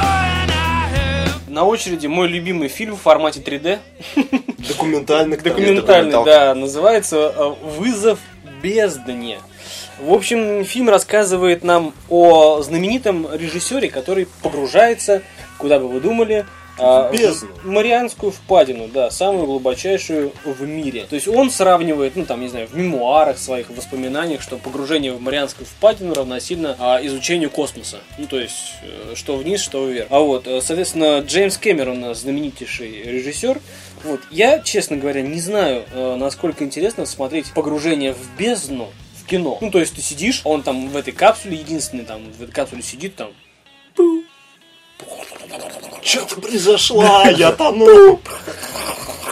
Speaker 5: Oh, and I have
Speaker 1: На очереди мой любимый фильм в формате 3D.
Speaker 2: Документальных там.
Speaker 1: Документальный,
Speaker 3: документалка.
Speaker 1: да. Называется э, «Вызов бездне». В общем, фильм рассказывает нам о знаменитом режиссере, который погружается, куда бы вы думали, а, в
Speaker 2: бездну.
Speaker 1: Марианскую впадину, да, самую глубочайшую в мире. То есть он сравнивает, ну там, не знаю, в мемуарах своих, в воспоминаниях, что погружение в Марианскую впадину равносильно а, изучению космоса. Ну то есть, э, что вниз, что вверх. А вот, э, соответственно, Джеймс Кэмерон, э, знаменитейший режиссер, вот, я, честно говоря, не знаю, э, насколько интересно смотреть погружение в бездну в кино. Ну, то есть ты сидишь, он там в этой капсуле, единственный там в этой капсуле сидит там,
Speaker 2: Что-то произошло, А, я тону.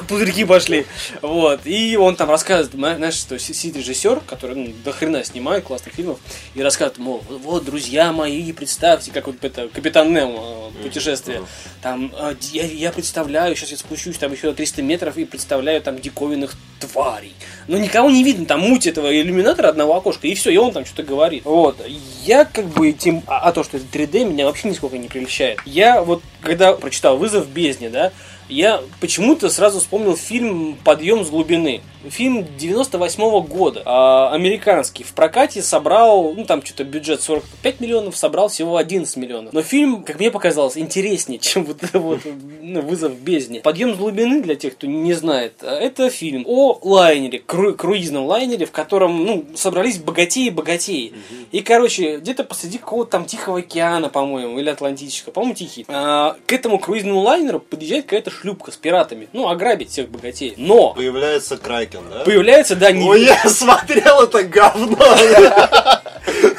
Speaker 1: пузырьки пошли. Вот. И он там рассказывает, ма- знаешь, что си- сидит режиссер, который ну, до хрена снимает классных фильмов, и рассказывает, мол, вот, вот, друзья мои, представьте, как вот это Капитан Немо э, путешествие. Там э, ди- я, я представляю, сейчас я спущусь там еще на 300 метров и представляю там диковинных тварей. Но никого не видно, там муть этого иллюминатора одного окошка, и все, и он там что-то говорит. Вот. Я как бы тем... А, а то, что это 3D, меня вообще нисколько не прельщает. Я вот, когда прочитал «Вызов в бездне», да, я почему-то сразу вспомнил фильм «Подъем с глубины». Фильм 98 года, а, американский. В прокате собрал, ну там что-то бюджет 45 миллионов, собрал всего 11 миллионов. Но фильм, как мне показалось, интереснее, чем вот это вот ну, «Вызов бездне». «Подъем с глубины», для тех, кто не знает, а, это фильм о лайнере, кру- круизном лайнере, в котором, ну, собрались богатеи и богатеи. И, короче, где-то посреди какого-то там Тихого океана, по-моему, или Атлантического, по-моему, Тихий. а, к этому круизному лайнеру подъезжает какая-то шлюпка с пиратами. Ну, ограбить всех богатеев. Но
Speaker 2: Появляется Кракен, да?
Speaker 1: появляется, да, не-
Speaker 2: Ой, я смотрел это говно.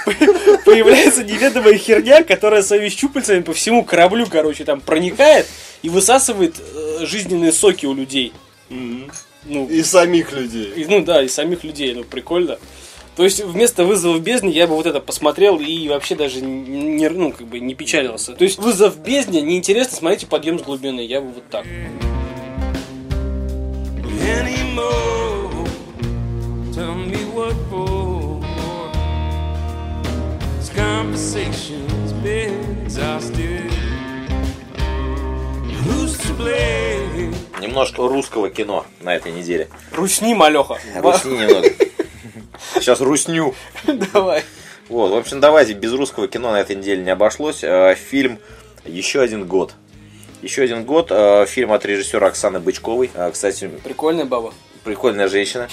Speaker 1: появляется неведомая херня, которая своими щупальцами по всему кораблю, короче, там проникает и высасывает э, жизненные соки у людей. Ну,
Speaker 2: И самих людей.
Speaker 1: И, ну да, и самих людей, ну прикольно. То есть вместо вызова в бездне я бы вот это посмотрел и вообще даже не, ну, как бы не печалился. То есть вызов в бездне неинтересно, смотрите подъем с глубины, я бы вот так.
Speaker 5: anymore. Tell me what for. This conversation's been exhausted. Who's to blame?
Speaker 3: Немножко русского кино на этой неделе.
Speaker 1: Русни, малеха.
Speaker 3: Русни немного. Сейчас русню.
Speaker 1: Давай.
Speaker 3: Вот, в общем, давайте, без русского кино на этой неделе не обошлось. Э, Фильм «Еще один год». Еще один год. э, Фильм от режиссера Оксаны Бычковой. Э, Кстати,
Speaker 1: Прикольная баба.
Speaker 3: прикольная женщина,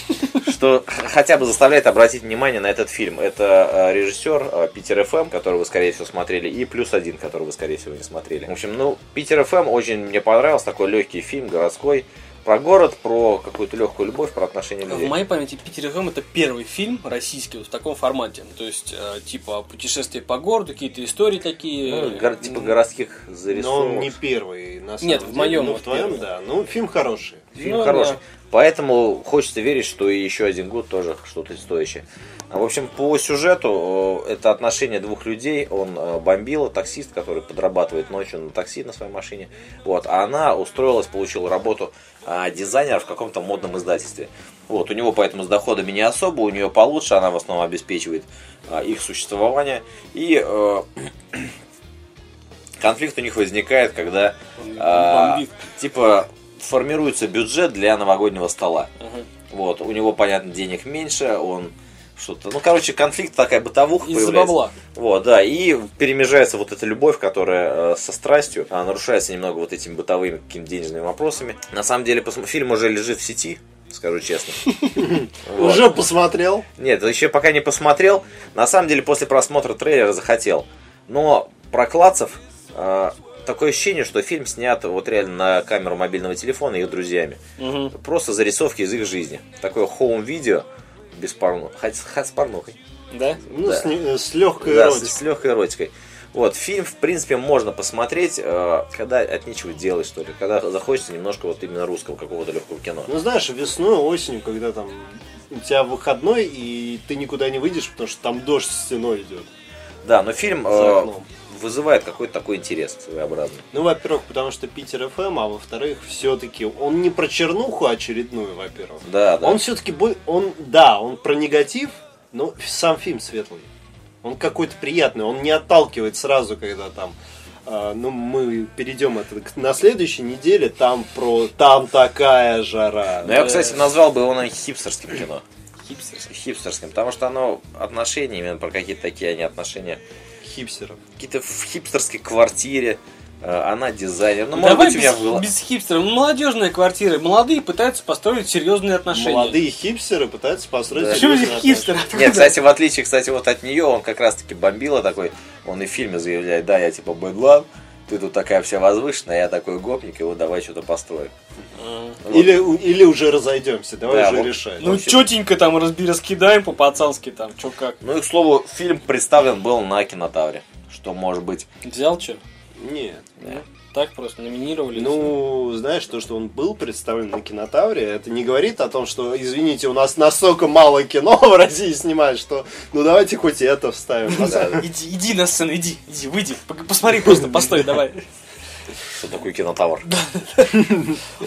Speaker 3: что хотя бы заставляет обратить внимание на этот фильм. Это э, режиссер э, Питер ФМ, который вы, скорее всего, смотрели, и Плюс один, который вы, скорее всего, не смотрели. В общем, ну, Питер ФМ очень мне понравился, такой легкий фильм, городской, про город, про какую-то легкую любовь, про отношения
Speaker 1: В
Speaker 3: людей.
Speaker 1: моей памяти Питер ФМ это первый фильм российский вот в таком формате. То есть, э, типа, путешествие по городу, какие-то истории такие. Э,
Speaker 3: Ну, горо- типа городских
Speaker 2: Но он не
Speaker 3: зарисовок.
Speaker 2: первый, на самом
Speaker 1: Нет, в
Speaker 2: деле.
Speaker 1: моем
Speaker 2: Ну,
Speaker 1: он
Speaker 2: в твоем,
Speaker 1: первый.
Speaker 2: да. Ну, фильм хороший.
Speaker 3: Фильм
Speaker 1: Ну,
Speaker 3: хороший.
Speaker 1: да.
Speaker 3: Поэтому хочется верить, что и еще один год тоже что-то стоящее. А, В общем, по сюжету э, это отношение двух людей. Он э, бомбила, таксист, который подрабатывает ночью на такси на своей машине. Вот, а она устроилась, получила работу а, дизайнера в каком-то модном издательстве. Вот, у него поэтому с доходами не особо, у нее получше, она в основном обеспечивает а, их существование. И э, конфликт у них возникает, когда
Speaker 1: Он
Speaker 3: а,
Speaker 1: Э, Ну, бомбит.
Speaker 3: типа формируется бюджет для новогоднего стола.
Speaker 1: Ага.
Speaker 3: Вот, у него, понятно, денег меньше, он что-то... Ну, короче, конфликт такая бытовуха
Speaker 1: Из-за
Speaker 3: появляется.
Speaker 1: бабла.
Speaker 3: Вот, да, и перемежается вот эта любовь, которая э, со страстью, она нарушается немного вот этими бытовыми какими-то денежными вопросами. На самом деле, посм- фильм уже лежит в сети, скажу честно. Вот.
Speaker 2: Уже посмотрел.
Speaker 3: Нет, еще пока не посмотрел. На самом деле, после просмотра трейлера захотел. Но про Клацев э, такое ощущение, что фильм снят вот реально на камеру мобильного телефона и их друзьями.
Speaker 1: Мгм.
Speaker 3: Просто зарисовки из их жизни. Такое хоум-видео без порно. Хотя хотя с порнухой.
Speaker 1: Да?
Speaker 2: Ну,
Speaker 3: Да.
Speaker 2: с, не- э, с легкой
Speaker 3: Да, с,
Speaker 2: эротикой.
Speaker 3: с легкой эротикой. Вот, фильм, в принципе, можно посмотреть, э, когда от нечего делать, что ли. Когда захочется немножко вот именно русского какого-то легкого кино.
Speaker 2: Ну, знаешь, весной, осенью, когда там у тебя выходной, и ты никуда не выйдешь, потому что там дождь стеной идет.
Speaker 3: Да, но фильм э,
Speaker 2: За окном.
Speaker 3: вызывает какой-то такой интерес своеобразный.
Speaker 2: Ну, во-первых, потому что Питер ФМ, а во-вторых, все-таки он не про чернуху очередную, во-первых.
Speaker 3: Да, да.
Speaker 2: Он все-таки он, да, он про негатив, но сам фильм светлый. Он какой-то приятный, он не отталкивает сразу, когда там. э, ну, мы перейдем это к- на следующей неделе, там про там такая жара.
Speaker 1: Э,
Speaker 3: Но Ну, я, кстати, назвал бы его наверное, хипстерским кино.
Speaker 1: Хипстер.
Speaker 3: Хипстерским, потому что оно отношения, именно про какие-то такие они отношения.
Speaker 2: Хипстеров.
Speaker 3: Какие-то в хипстерской квартире, э, она дизайнер. Ну, может
Speaker 1: Давай
Speaker 3: быть, у
Speaker 1: без,
Speaker 3: меня было.
Speaker 1: без хипстеров. Ну, Молодежная квартира. Молодые пытаются построить серьезные отношения.
Speaker 2: Молодые хипстеры пытаются построить...
Speaker 3: Да.
Speaker 1: Почему
Speaker 2: серьезные
Speaker 1: здесь хипстер? Откуда?
Speaker 3: Нет, кстати, в отличие, кстати, вот от нее, он как раз-таки бомбила такой, он и в фильме заявляет, да, я типа бэдлам, ты тут такая вся возвышенная, я такой гопник, и вот давай что-то построим. Ну,
Speaker 1: А.
Speaker 3: Вот.
Speaker 2: Или, у- или уже разойдемся, давай
Speaker 3: Да,
Speaker 2: уже
Speaker 3: вот.
Speaker 2: решать.
Speaker 1: Ну,
Speaker 3: Вообще.
Speaker 1: четенько там разби, раскидаем по-пацански там, чё как.
Speaker 3: Ну и, к слову, фильм представлен был на кинотавре, что может быть...
Speaker 1: Взял что?
Speaker 2: Нет.
Speaker 1: Так просто номинировали.
Speaker 2: Ну, знаешь, то, что он был представлен на кинотавре, это не говорит о том, что, извините, у нас настолько мало кино в России снимают, что ну давайте хоть и это вставим.
Speaker 1: иди, иди на сцену, иди, иди, выйди, пог- посмотри просто, постой, давай.
Speaker 3: Что такое кинотавр?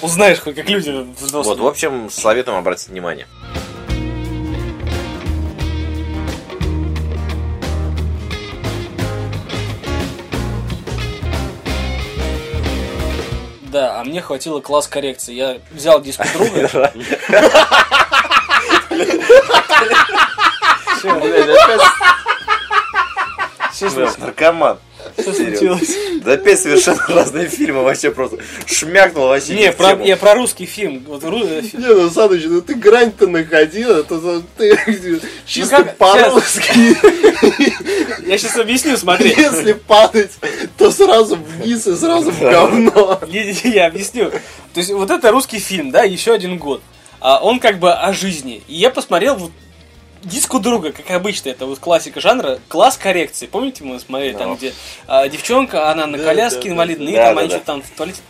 Speaker 1: Узнаешь, хоть как люди взрослые.
Speaker 3: Вот, в общем, советуем обратить внимание.
Speaker 1: Да, а мне хватило класс коррекции. Я взял диск у друга.
Speaker 3: Блядь, опять
Speaker 1: Всё
Speaker 3: блядь,
Speaker 1: случилось.
Speaker 3: наркоман.
Speaker 1: Всё
Speaker 3: Серьёзно.
Speaker 1: случилось.
Speaker 3: Да опять совершенно разные фильмы вообще просто шмякнул вообще.
Speaker 1: Не,
Speaker 3: в
Speaker 1: про-
Speaker 3: тему.
Speaker 1: я про русский фильм. Вот ру- э, фи-
Speaker 2: Не, ну, Саныч, ну ты грань-то находил, а то за- ты
Speaker 1: Ну,
Speaker 2: чисто
Speaker 1: как-
Speaker 2: по-русски.
Speaker 1: Я сейчас объясню, смотри.
Speaker 2: Если падать, то сразу вниз и сразу в говно.
Speaker 1: Не, не, Я объясню. То есть вот это русский фильм, да, еще один год. А он как бы о жизни. И я посмотрел вот диск у друга, как обычно, это вот классика жанра, класс коррекции. Помните, мы смотрели там,
Speaker 3: Ну.
Speaker 1: где а, девчонка, она на
Speaker 2: Да, да,
Speaker 1: коляске
Speaker 2: да,
Speaker 1: инвалидные,
Speaker 3: да.
Speaker 1: там
Speaker 3: Да,
Speaker 1: они
Speaker 3: да,
Speaker 1: что-то там в туалете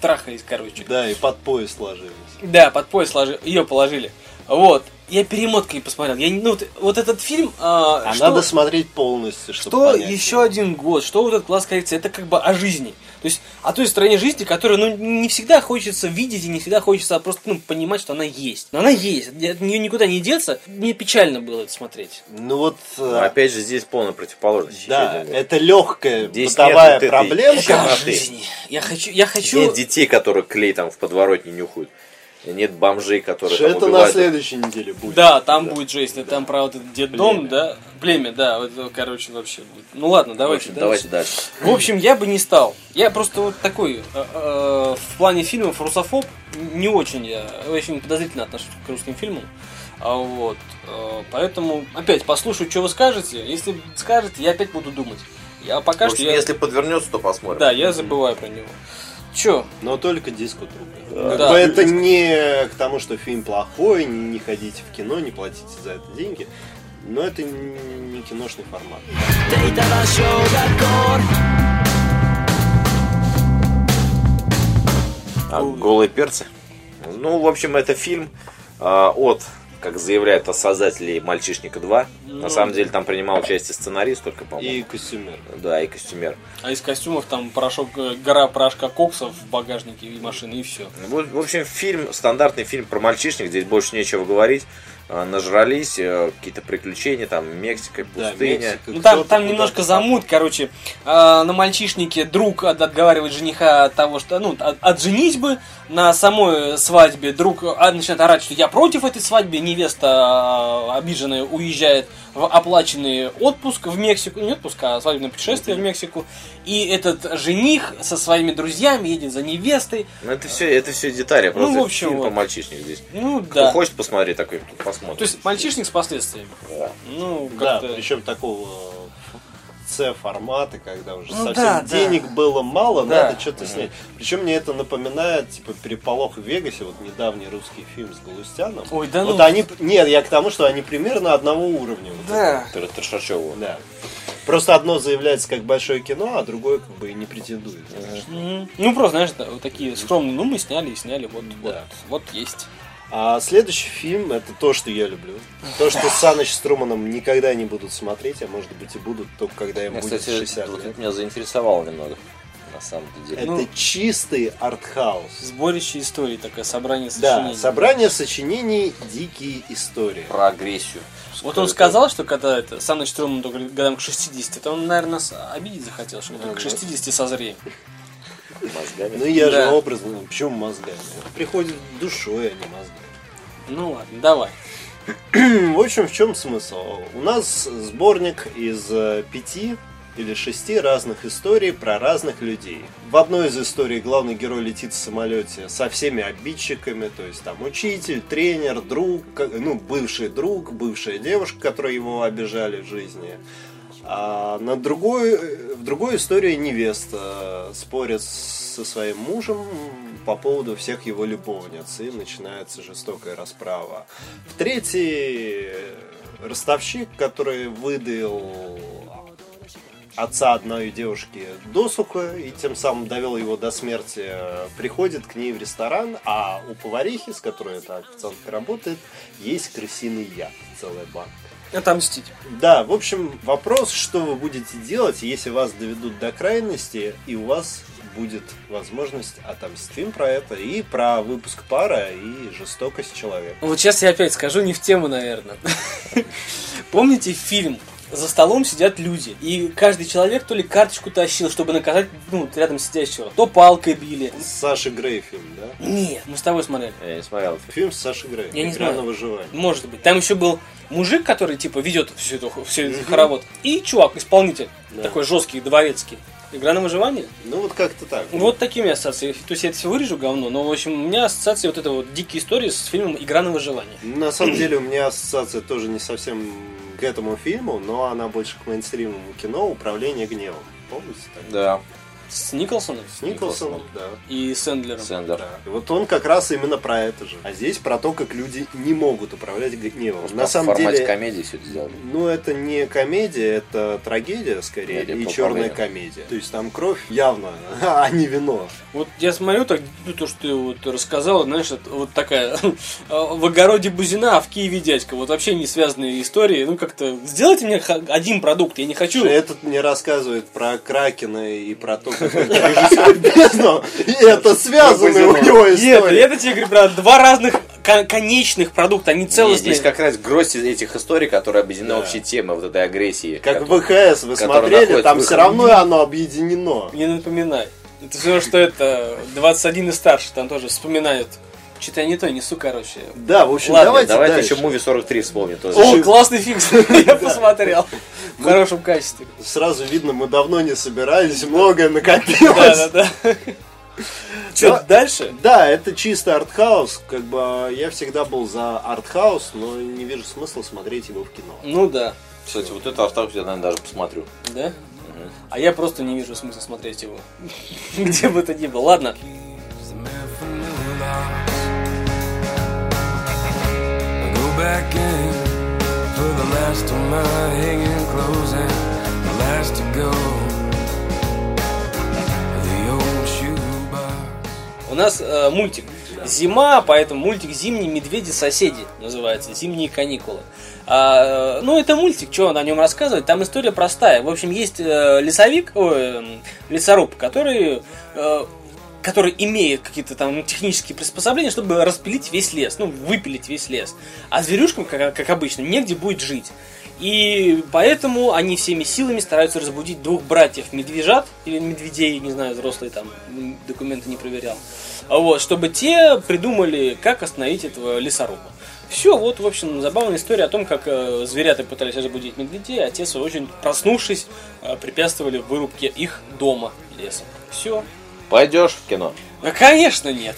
Speaker 1: трахались, короче.
Speaker 2: Да, и под поезд сложились.
Speaker 1: Да, под поезд ее положили. Вот. Я перемоткой посмотрел. Я, не- ну, вот, вот этот фильм... а,
Speaker 2: А
Speaker 1: что-
Speaker 2: надо смотреть полностью, чтобы
Speaker 1: что
Speaker 2: понять.
Speaker 1: еще один год, что вот этот класс коррекции, это как бы о жизни. То есть о той стороне жизни, которую ну, не всегда хочется видеть и не всегда хочется просто ну, понимать, что она есть. Но она есть, от нее никуда не деться. Мне печально было это смотреть.
Speaker 2: Ну вот... э,
Speaker 3: Ну, Опять же, здесь полная противоположность.
Speaker 2: Да,
Speaker 3: Ещё один-
Speaker 2: это легкая
Speaker 3: Здесь нет
Speaker 2: бытовая
Speaker 3: вот этой
Speaker 2: проблемка.
Speaker 3: щелкоты.
Speaker 1: О жизни. Я хочу, я хочу...
Speaker 3: Нет детей, которые клей там в подворотне нюхают. И Нет бомжей, которые там
Speaker 2: Это на
Speaker 3: убивают.
Speaker 2: следующей неделе будет.
Speaker 1: Да, там будет же, если там, правда, дом, да? Племя, да, вот, э, короче, вообще будет. Ну ладно,
Speaker 3: В
Speaker 1: давайте.
Speaker 3: общем, давайте дальше.
Speaker 1: В общем, я бы не стал. Я просто вот такой, э, э, в плане фильмов русофоб, не очень, я очень подозрительно отношусь к русским фильмам. А вот, э, поэтому опять послушаю, что вы скажете. Если скажете, я опять буду думать. Я
Speaker 3: В
Speaker 1: пока
Speaker 3: общем,
Speaker 1: что... я-
Speaker 3: если подвернется, то посмотрим.
Speaker 1: Да, я забываю про него. Чё?
Speaker 2: Но только диск у друга. Как
Speaker 1: Да.
Speaker 2: бы это не к тому, что фильм плохой, не не ходите в кино, не платите за это деньги. Но это н- не киношный формат.
Speaker 3: А, голые перцы. Ну, в общем, это фильм а, от, как заявляют, от создателей «Мальчишника 2».
Speaker 1: Ну.
Speaker 3: На самом деле там принимал участие сценарист только,
Speaker 2: И
Speaker 3: по-моему.
Speaker 2: костюмер.
Speaker 3: Да, и костюмер.
Speaker 1: А из костюмов там порошок, э, гора порошка коксов в багажнике и машины, и все.
Speaker 3: Вот, в общем, фильм, стандартный фильм про мальчишник, здесь больше нечего говорить. А, Нажрались, э, какие-то приключения, там Мексика,
Speaker 2: Да,
Speaker 3: пустыня.
Speaker 2: Мексика,
Speaker 1: Ну там,
Speaker 2: кто-то
Speaker 1: там
Speaker 2: куда-то
Speaker 1: немножко замут, короче, А, на мальчишнике друг от- отговаривает жениха от того, что, ну, от, от женитьбы, на самой э, свадьбе друг а, начинает орать, что я против этой свадьбы, невеста а, обиженная уезжает в оплаченный отпуск в Мексику, не отпуск, а свадебное путешествие в Мексику, и этот жених со своими друзьями едет за невестой,
Speaker 3: Ну, это все, это все детали, просто
Speaker 1: в общем,
Speaker 3: фильм
Speaker 1: вот.
Speaker 3: про мальчишник здесь.
Speaker 1: ну
Speaker 3: Кто
Speaker 1: да.
Speaker 3: хочет посмотреть такой, тут посмотрит.
Speaker 1: То есть мальчишник с последствиями.
Speaker 3: Да.
Speaker 1: Ну,
Speaker 2: Да,
Speaker 1: как-то...
Speaker 2: причем такого э, С формата, когда уже
Speaker 1: Ну
Speaker 2: совсем
Speaker 1: да, да.
Speaker 2: денег было мало,
Speaker 1: Да.
Speaker 2: надо что-то снять. Причем мне это напоминает, типа, переполох в Вегасе, вот недавний русский фильм с Галустяном.
Speaker 1: Ой, да
Speaker 2: вот
Speaker 1: ну.
Speaker 2: они. Нет, я к тому, что они примерно одного уровня. вот
Speaker 1: Да.
Speaker 3: Тр- Трешачёва.
Speaker 2: Да. Просто одно заявляется как большое кино, а другое как бы и не претендует.
Speaker 1: Мгм. Ну просто, знаешь, да, вот такие скромные, ну мы сняли и сняли, вот,
Speaker 2: Да.
Speaker 1: вот, вот есть.
Speaker 2: А следующий фильм это то, что я люблю. То, что Саныч с Труманом никогда не будут смотреть, а может быть и будут только когда им
Speaker 3: Меня,
Speaker 2: будет
Speaker 3: кстати,
Speaker 2: 60
Speaker 3: вот
Speaker 2: лет.
Speaker 3: это меня заинтересовало немного, на самом деле.
Speaker 2: Это
Speaker 1: ну-
Speaker 2: чистый артхаус.
Speaker 1: Сборище историй, такое собрание
Speaker 2: Да,
Speaker 1: сочинений.
Speaker 2: собрание сочинений «Дикие истории».
Speaker 3: Про агрессию.
Speaker 1: Вот он сказал, что когда это, сам значит, Труман только годам к 60, то он, наверное, нас обидеть захотел, что мы только к 60 созреем.
Speaker 3: Мозгами.
Speaker 2: Ну я
Speaker 1: Да.
Speaker 2: же образно, почему мозгами? Это приходит душой, а не мозгами.
Speaker 1: Ну ладно, давай.
Speaker 2: В общем, в чем смысл? У нас сборник из э, пяти или шести разных историй про разных людей. В одной из историй главный герой летит в самолете со всеми обидчиками, то есть там учитель, тренер, друг, к- ну, бывший друг, бывшая девушка, которую его обижали в жизни. А на другой, в другой истории невеста спорит со своим мужем по поводу всех его любовниц, и начинается жестокая расправа. В третьей ростовщик, который выдал отца одной девушки досуха и тем самым довел его до смерти, э, приходит к ней в ресторан, а у поварихи, с которой эта официантка работает, есть крысиный яд, целая банка.
Speaker 1: Отомстить.
Speaker 2: Да, в общем, вопрос, что вы будете делать, если вас доведут до крайности, и у вас будет возможность отомстить про это, и про выпуск пара, и жестокость человека.
Speaker 1: Вот сейчас я опять скажу не в тему, наверное. Помните фильм за столом сидят люди, и каждый человек то ли карточку тащил, чтобы наказать ну, рядом сидящего, то палкой били.
Speaker 2: Саша Грей фильм, да?
Speaker 1: Нет, мы с тобой смотрели.
Speaker 3: Я не смотрел этот фильм.
Speaker 2: Фильм с Сашей Грей.
Speaker 1: Я не
Speaker 2: «Игра
Speaker 1: знаю.
Speaker 2: на выживание.
Speaker 1: Может быть. Там еще был мужик, который типа ведет всю эту, всю этот хоровод, и чувак, исполнитель,
Speaker 2: Да.
Speaker 1: такой жесткий, дворецкий. Игра на выживание?
Speaker 2: Ну вот как-то так.
Speaker 1: Вот такими ассоциациями. То есть я это все вырежу говно, но, в общем, у меня ассоциация вот этой вот дикие истории с фильмом «Игра на выживание».
Speaker 2: На самом деле у меня ассоциация тоже не совсем к этому фильму, но она больше к мейнстримовому кино «Управление гневом». Помните? так?
Speaker 3: Да,
Speaker 1: С Николсоном
Speaker 2: С Николсоном, да.
Speaker 1: и Сэндлером.
Speaker 3: Сендер.
Speaker 2: Да. И Вот он как раз именно про это же. А здесь про то, как люди не могут управлять гневом. На
Speaker 3: В
Speaker 2: самом
Speaker 3: формате
Speaker 2: деле,
Speaker 3: комедии все это сделали.
Speaker 2: ну это не комедия, это трагедия скорее
Speaker 3: Трагедия
Speaker 2: и
Speaker 3: по
Speaker 2: черная
Speaker 3: управлению.
Speaker 2: комедия. То есть там кровь явно, а не вино.
Speaker 1: Вот я смотрю, так, ну, то, что ты вот рассказала, знаешь, это вот такая а, в огороде Бузина, а в Киеве дядька. Вот вообще не связанные истории. Ну, как-то сделайте мне ха- один продукт, я не хочу.
Speaker 2: Этот мне рассказывает про Кракена и про то, как он пережил бездну. И это связанная у него
Speaker 1: Нет,
Speaker 2: история.
Speaker 1: это тебе говорю про два разных кон- конечных продукта, они целостные.
Speaker 3: Не, здесь как раз гроздь из этих историй, которые объединены
Speaker 2: Да.
Speaker 3: общей темой вот этой агрессии.
Speaker 2: Как
Speaker 3: которая-
Speaker 2: ВХС вы
Speaker 3: который
Speaker 2: смотрели,
Speaker 3: находит
Speaker 2: там
Speaker 3: выход.
Speaker 2: все равно оно объединено.
Speaker 1: Не напоминай. Это все, что это 21 и старше, там тоже вспоминают. Что-то я не то несу, короче.
Speaker 2: Да, в общем,
Speaker 1: Ладно,
Speaker 2: давайте
Speaker 3: Давайте
Speaker 2: дальше.
Speaker 3: еще Муви 43 вспомним тоже.
Speaker 1: О, классный фикс, я посмотрел. В хорошем качестве.
Speaker 2: Сразу видно, мы давно не собирались, многое
Speaker 1: Да,
Speaker 2: накопилось.
Speaker 1: да, да. Что,
Speaker 2: Да.
Speaker 1: дальше?
Speaker 2: Да, это чисто артхаус. Как бы а, я всегда был за артхаус, но не вижу смысла смотреть его в кино.
Speaker 1: Ну да.
Speaker 3: Кстати, вот эту автограф я, наверное, даже посмотрю.
Speaker 1: Да? А я просто не вижу смысла смотреть его. Где бы это ни было. Ладно.
Speaker 5: leaves the man for new lives. I go back in for the last of my hanging clothes and the last to go. The old shoebox.
Speaker 1: У нас э, мультик. Зима, поэтому мультик «Зимние медведи-соседи» называется, «Зимние каникулы». А, э, ну, это мультик, что о нем рассказывать, там история простая. В общем, есть э, лесовик, ой, эм, лесоруб, который, э, который имеет какие-то там технические приспособления, чтобы распилить весь лес, ну, выпилить весь лес. А зверюшкам, как, как обычно, негде будет жить. И поэтому они всеми силами стараются разбудить двух братьев медвежат или медведей, не знаю, взрослые там м, документы не проверял. А Вот, чтобы те придумали, как остановить этого лесоруба. Все, вот, в общем, забавная история о том, как э, зверята пытались разбудить медведей, а те, в свою очередь, проснувшись, э, препятствовали вырубке их дома лесом. Все.
Speaker 3: Пойдешь в кино?
Speaker 1: Ну, конечно, нет.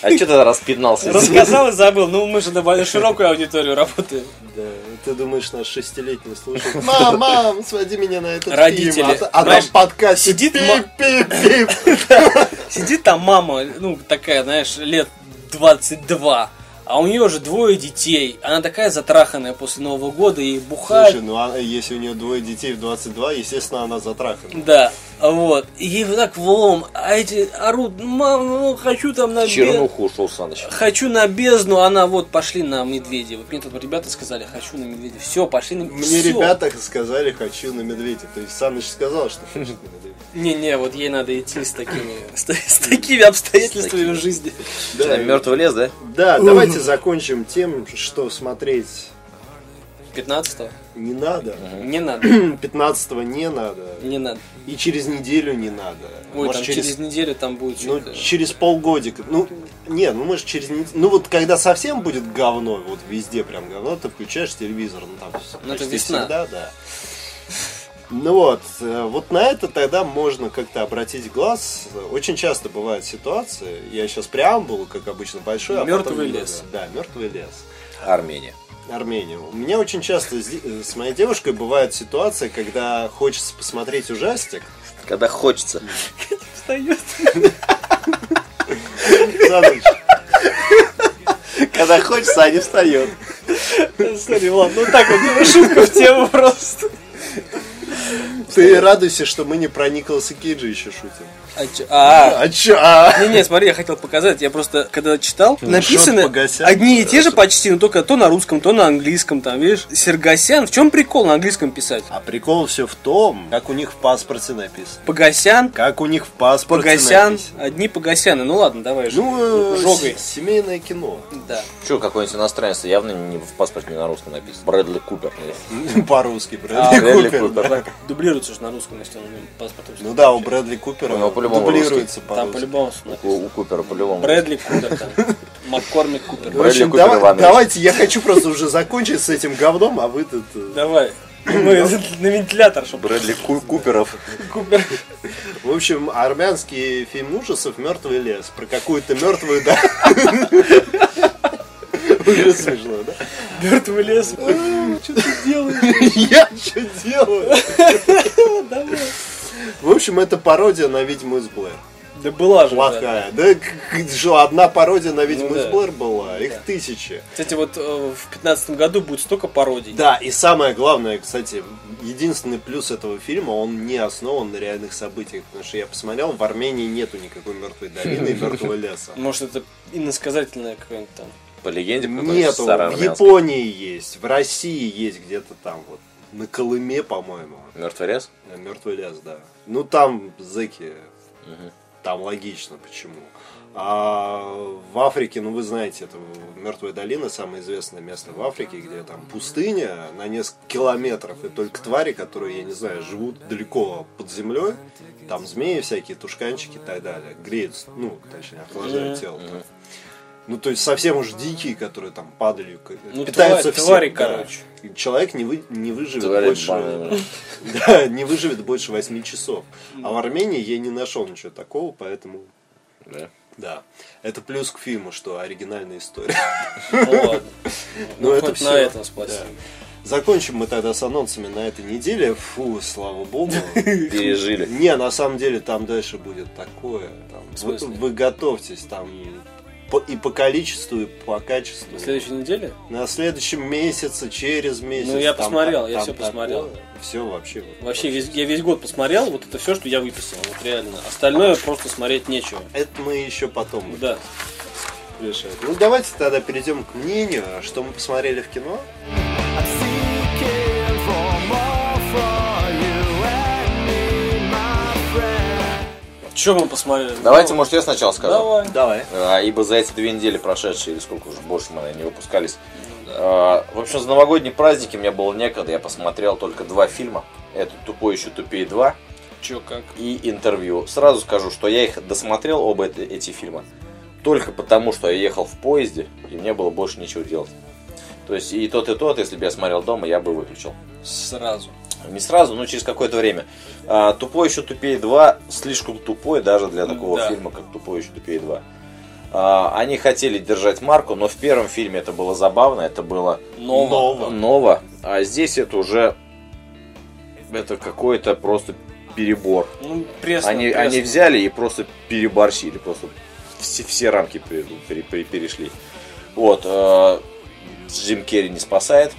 Speaker 3: А что ты распинался?
Speaker 1: Рассказал и забыл. Ну, мы же на более широкую аудиторию работаем.
Speaker 2: Да, ты думаешь, наш шестилетний слушает. Мам, мам, своди меня на этот
Speaker 1: Родители.
Speaker 2: фильм. А, т- а там
Speaker 1: Знаешь,
Speaker 2: в подкасте
Speaker 1: сидит ма-
Speaker 2: пип-пип-пип.
Speaker 1: Сидит там мама, ну, такая, знаешь, лет 22. А у нее же двое детей. Она такая затраханная после Нового года и бухает.
Speaker 2: Слушай, ну а если у нее двое детей в 22, естественно, она затрахана.
Speaker 1: Да, вот. И ей вот так влом. А эти орут, мам, ну, хочу там на
Speaker 3: В
Speaker 1: бе-
Speaker 3: Чернуху ушел Саныч.
Speaker 1: Хочу на бездну, она вот пошли на медведя. Вот мне тут ребята сказали, хочу на медведя. Все, пошли на
Speaker 2: Мне
Speaker 1: всё.
Speaker 2: ребята сказали, хочу на медведя. То есть Саныч сказал, что хочет на медведя.
Speaker 1: Не-не, вот ей надо идти с такими, с, та- с такими обстоятельствами в жизни.
Speaker 2: Да,
Speaker 3: Мертвый лес, да?
Speaker 2: Да, давайте закончим тем, что смотреть
Speaker 1: 15
Speaker 2: не надо.
Speaker 1: Не надо,
Speaker 2: 15 не надо.
Speaker 1: не надо.
Speaker 2: И через неделю не надо.
Speaker 1: Ой,
Speaker 2: Может,
Speaker 1: там через... неделю там будет
Speaker 2: Ну,
Speaker 1: что-то.
Speaker 2: через полгодика. Ну, не, ну может через неделю. Ну вот когда совсем будет говно, вот везде прям говно, ты включаешь телевизор, ну там
Speaker 1: Ну, это
Speaker 2: почти
Speaker 1: весна.
Speaker 2: всегда, да. Ну вот, э, вот на это тогда можно как-то обратить глаз. Очень часто бывают ситуации. Я сейчас преамбулу, как обычно, большой. а потом
Speaker 1: Мёртвый
Speaker 2: немного.
Speaker 1: лес.
Speaker 2: Да, мертвый лес.
Speaker 3: Армения.
Speaker 2: Армения. У меня очень часто с ди- с моей девушкой бывает ситуация, когда хочется посмотреть ужастик.
Speaker 3: Когда хочется.
Speaker 1: Встаёт.
Speaker 2: Саныч,
Speaker 3: Когда хочется, они встают.
Speaker 1: Сори, ладно, ну так вот, шутка в тему просто.
Speaker 2: Ты радуйся, что мы не про Николаса Кейджа еще шутим.
Speaker 1: А, чё- а,
Speaker 2: А чё? А?
Speaker 1: Не, не, смотри, я хотел показать. Я просто, когда читал, написаны
Speaker 2: Жжёт Погосян.
Speaker 1: одни и те же почти, но только то на русском, то на английском, там, видишь. Сергосян, в чем прикол на английском писать?
Speaker 2: А прикол все в том, как у них в паспорте написано.
Speaker 1: Погосян,
Speaker 2: Как у них в паспорте
Speaker 1: Погосян,
Speaker 2: написано.
Speaker 1: одни Погосяны. Ну ладно, давай же.
Speaker 2: Ну, э,
Speaker 1: Жогой.
Speaker 2: с- семейное кино.
Speaker 1: Да.
Speaker 3: Че, какой-нибудь иностранец явно не в паспорте не на русском написано. Брэдли Купер.
Speaker 2: По-русски,
Speaker 3: А,
Speaker 2: Брэдли Купер. да.
Speaker 1: Дублируется же на русском, если он имеет паспорт.
Speaker 2: Ну да, у Брэдли Купера
Speaker 3: У него Ну, по-любому
Speaker 2: дублируется
Speaker 1: Там
Speaker 2: по-русски.
Speaker 1: по-любому
Speaker 3: У,
Speaker 1: написано.
Speaker 3: у Купера по-любому.
Speaker 1: Брэдли Купер там. Маккормик
Speaker 2: В
Speaker 1: Купер.
Speaker 3: Брэдли
Speaker 2: общем,
Speaker 3: Купер
Speaker 2: дава-
Speaker 3: Иванович.
Speaker 2: давайте, я хочу просто уже закончить с этим говном, а вы тут... э,
Speaker 1: Давай. Мы на вентилятор, чтобы
Speaker 3: Брэдли Ку- Куперов.
Speaker 1: Купер.
Speaker 2: В общем, армянский фильм ужасов «Мертвый лес». Про какую-то мертвую, да? Уже смешно, да?
Speaker 1: Мертвый лес. Что ты делаешь?
Speaker 2: Я что делаю? В общем, это пародия на «Ведьму из Блэр».
Speaker 1: Да была же. да.
Speaker 2: Плохая. Да к- что, одна пародия на «Ведьму
Speaker 1: Ну
Speaker 2: из
Speaker 1: да.
Speaker 2: Блэр» была? Их тысячи.
Speaker 1: Кстати, вот э, в пятнадцатом году будет столько пародий.
Speaker 2: Да, и самое главное, кстати, единственный плюс этого фильма, он не основан на реальных событиях. Потому что я посмотрел, в Армении нету никакой мертвой долины и мертвого леса.
Speaker 1: Может, это иносказательное какое-нибудь там.
Speaker 3: По легенде,
Speaker 2: Нет,
Speaker 3: старый
Speaker 2: в Японии есть, в России есть где-то там вот. На Колыме, по-моему.
Speaker 3: Мертворез?
Speaker 2: Мертвый Э, лес, да. Ну там зэки. Там логично, почему. А в Африке, ну вы знаете, это Мертвая долина, самое известное место в Африке, где там пустыня на несколько километров, и только твари, которые, я не знаю, живут далеко под землей, там змеи всякие, тушканчики и так далее, греются, ну, точнее, охлаждают тело. Ну, то есть совсем уж дикие, которые там падали, к-
Speaker 1: Ну,
Speaker 2: питаются
Speaker 1: твари- твари,
Speaker 2: всем, да.
Speaker 1: короче.
Speaker 2: И Человек не, вы, не выживет
Speaker 3: Твари
Speaker 2: больше...
Speaker 3: бананы.
Speaker 2: Да, не выживет больше 8 часов. А в Армении я не нашел ничего такого, поэтому...
Speaker 3: Да.
Speaker 2: Да. Это плюс к фильму, что оригинальная история.
Speaker 1: Ну ладно.
Speaker 2: Ну,
Speaker 1: Ну,
Speaker 2: это
Speaker 1: хоть
Speaker 2: всё.
Speaker 1: на этом спасибо.
Speaker 2: Закончим мы тогда с анонсами на этой неделе. Фу, слава богу.
Speaker 3: Пережили.
Speaker 2: Не, на самом деле там дальше будет такое. Там, вы,
Speaker 1: смысле?
Speaker 2: вы готовьтесь там по- и по количеству, и по качеству.
Speaker 1: На следующей неделе?
Speaker 2: На следующем месяце, через месяц.
Speaker 1: Ну, я посмотрел, я всё посмотрел.
Speaker 2: Все вообще.
Speaker 1: Вообще, весь, я весь год посмотрел, вот это все, что я выписал, вот реально. Остальное просто смотреть нечего.
Speaker 2: Это мы еще потом будем
Speaker 1: Да.
Speaker 2: решать. Ну давайте тогда перейдем к мнению, что мы посмотрели в кино.
Speaker 1: Че мы посмотрели? Ну,
Speaker 3: Давайте, может, я сначала скажу.
Speaker 1: Давай.
Speaker 2: Давай.
Speaker 3: А, Ибо за эти две недели прошедшие, или сколько уже больше мы наверное, не выпускались. а, В общем, за новогодние праздники мне было некогда. Я посмотрел только два фильма. Это «Тупой еще тупее 2»
Speaker 1: Че как?
Speaker 3: и «Интервью». Сразу скажу, что я их досмотрел, оба эти, эти фильма, только потому, что я ехал в поезде, и мне было больше ничего делать. То есть и тот, и тот, если бы я смотрел дома, я бы выключил.
Speaker 1: Сразу.
Speaker 3: Не сразу, но через какое-то время. А, тупой еще тупее 2, слишком тупой даже для такого
Speaker 1: Да.
Speaker 3: фильма, как тупой еще тупее 2. А, они хотели держать марку, но в первом фильме это было забавно, это было
Speaker 1: Ново.
Speaker 2: Ново.
Speaker 3: ново, а здесь это уже это какой-то просто перебор.
Speaker 1: Ну, пресно.
Speaker 3: они,
Speaker 1: пресно.
Speaker 3: они взяли и просто переборщили, просто все, все рамки пере- пере- пере- перешли. Вот, э, Джим Керри не спасает.